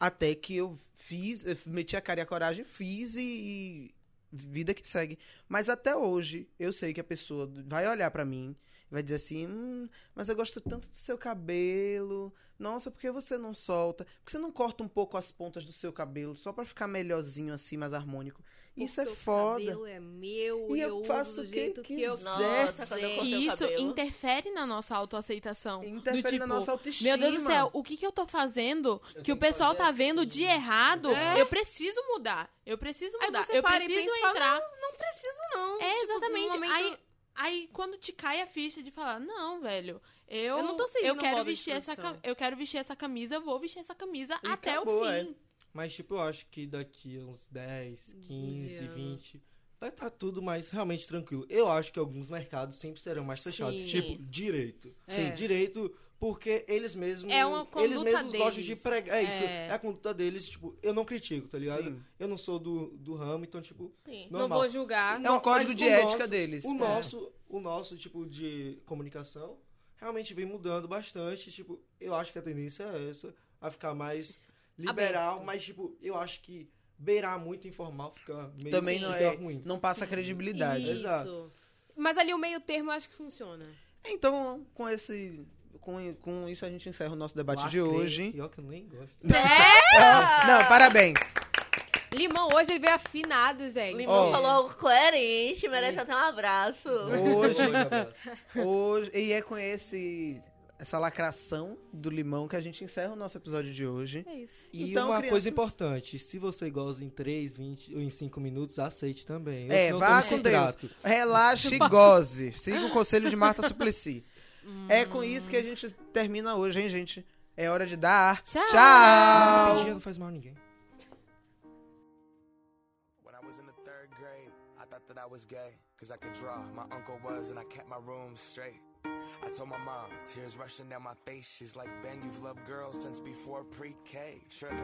A: Até que eu fiz, eu meti a cara e a coragem, fiz e, e vida que segue. Mas até hoje eu sei que a pessoa vai olhar pra mim Vai dizer assim, hum, mas eu gosto tanto do seu cabelo. Nossa, por que você não solta? Por que você não corta um pouco as pontas do seu cabelo só pra ficar melhorzinho assim, mais harmônico? Isso é
B: Porque tipo, o
A: foda.
B: cabelo é meu
A: E
B: e
A: eu
B: eu,
A: faço
B: uso
A: o
B: do
A: que
B: jeito que, eu
A: quiser.
D: Nossa, quando eu cortei
B: quiser.
D: o
E: E isso
D: cabelo.
E: interfere na nossa autoaceitação.
A: Interfere
E: do
A: na
E: tipo,
A: nossa autoestima.
E: Meu Deus do céu, o que, que eu tô fazendo
C: Eu
E: que
C: tenho
E: o
C: que
E: pessoal
C: fazer
E: tá vendo
C: assim.
E: de errado?
B: É.
E: Eu preciso mudar. Eu preciso
B: Aí
E: mudar.
B: você
E: eu
B: para e
E: preciso
B: pensa e fala,
E: entrar.
B: Não preciso, não.
E: é,
B: Tipo, no
E: exatamente.
B: momento-
E: Aí, aí quando te cai a ficha de falar, não, velho, eu,
B: Eu não tô seguindo
E: eu
B: o
E: quero
B: modo de
E: vestir essa
B: produção."
E: cam- eu quero vestir essa camisa, eu vou vestir essa camisa
A: E
E: até
A: acabou,
E: o
A: é.
E: fim.
C: Mas, tipo, eu acho que daqui a uns 10, 15,
B: 15 anos.
C: 20, vai estar tudo mais realmente tranquilo. Eu acho que alguns mercados sempre serão mais fechados,
B: Sim.
C: tipo direito.
B: Sim.
C: Direito, porque eles mesmos
B: É uma conduta
C: eles mesmos gostam
B: deles.
C: de pregar. É isso,
B: É.
C: é a conduta deles, tipo, eu não critico, tá ligado?
A: Sim.
C: Eu não sou do, do ramo, então tipo,
D: Sim.
B: Não
C: normal.
B: vou julgar.
A: É um
C: Mas
A: código
C: o
A: de
C: nosso-
A: ética deles.
C: O
A: É.
C: nosso, o nosso tipo de comunicação realmente vem mudando bastante, tipo, eu acho que a tendência é essa, a ficar mais liberal,
B: Aberto.
C: mas tipo, eu acho que beirar muito informal fica meio assim,
A: Também não
C: fica
A: é-
C: ruim.
A: Não passa credibilidade.
B: Isso.
C: Exato.
B: Mas ali o meio termo eu acho que funciona.
A: Então, com esse. Com, com isso a gente encerra o nosso debate de
C: Lacrei.
A: hoje.
C: E ó, que eu nem gosto.
B: É,
A: Ah, Não, parabéns.
B: Limão hoje ele veio afinado, gente.
D: Limão
A: Ó.
D: falou algo coerente, merece até um abraço.
A: Hoje, [LAUGHS]
C: Dois abraços.
A: hoje. E é com esse. Essa lacração do limão que a gente encerra o nosso episódio de hoje.
B: É isso.
C: E
A: Então,
C: uma
A: crianças-
C: coisa importante, se você gosta em 3, 20 ou em 5 minutos, aceite também. Eu
A: É,
C: não
A: vá
C: tenho
A: com Deus.
C: contrato.
A: Relaxe e goze. Siga o conselho de Marta Suplicy. É com isso que a gente termina hoje, hein, gente? É hora de dar.
B: Tchau.
A: Tchau.
C: Rapidinho não faz mal a ninguém.
F: When I was in the third grade, I thought that I was gay, cause I could draw. My uncle was, and I kept my room straight. I told my mom, tears rushing down my face. She's like, Ben, you've loved girls since before pre K. Tripping.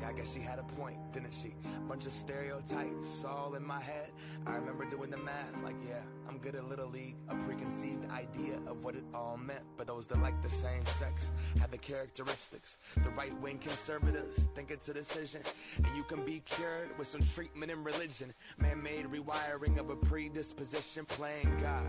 F: Yeah, I guess she had a point, didn't she? Bunch of stereotypes all in my head. I remember doing the math, like, yeah, I'm good at Little League. A preconceived idea of what it all meant for those that like the same sex, had the characteristics. The right wing conservatives think it's a decision, and you can be cured with some treatment and religion. Man made rewiring of a predisposition, playing God.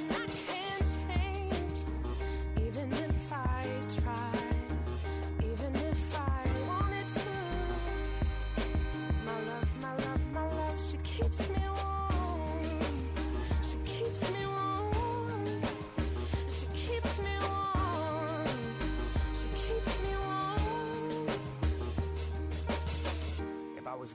G: and I can't change. Even if I tried, even if I wanted to. My love, my love, my love, she keeps me warm. She keeps me warm. She keeps me warm. She keeps me warm.
F: If I was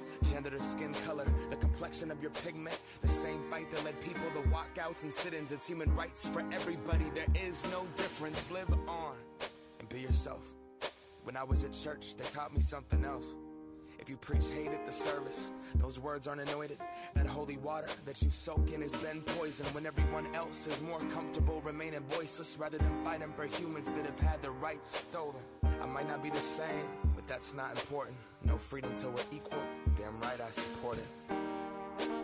F: gender to skin color, the complexion of your pigment. The same fight that led people to walkouts and sit ins. It's human rights for everybody. There is no difference. Live on and be yourself. When I was at church, they taught me something else. If you preach hate at the service, those words aren't anointed. That holy water that you soak in has been poison when everyone else is more comfortable remaining voiceless rather than fighting for humans that have had their rights stolen. I might not be the same, but that's not important. No freedom till we're equal. Damn right I support it.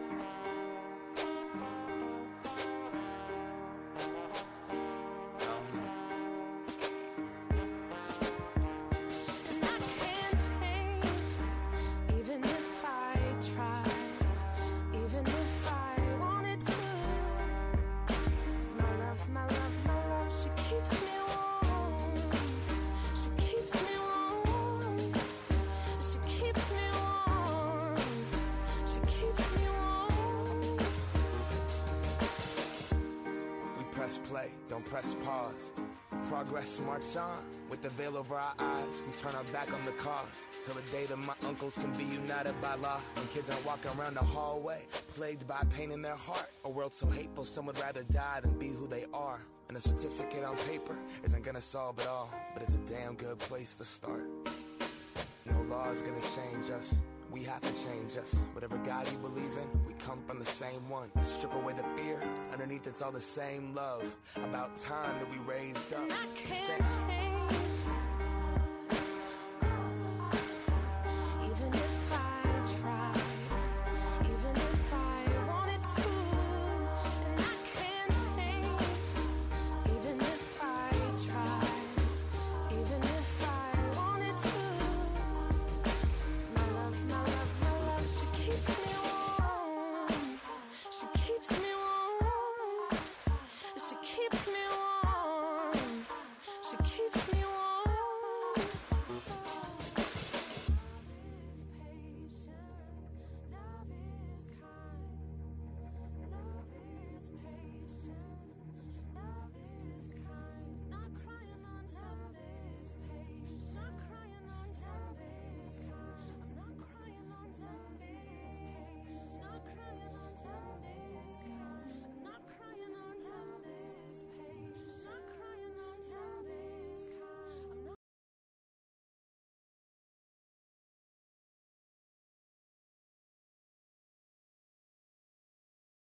F: I don't know.
G: And I can't change. Even if I tried, even if I wanted to. My love, my love, my love, she keeps me warm. She keeps me warm. She keeps me warm. She keeps me warm.
F: We press play, don't press pause. Progress march on. With the veil over our eyes, we turn our back on the cause. Till the day that my uncles can be united by law. And kids are walking around the hallway, plagued by pain in their heart. A world so hateful, some would rather die than be who they are. And a certificate on paper isn't gonna solve it all, but it's a damn good place to start. No law is gonna change us. We have to change us. Whatever God you believe in, we come from the same one. Strip away the fear. Underneath it's all the same love. About time that we raised up.
G: I can't change.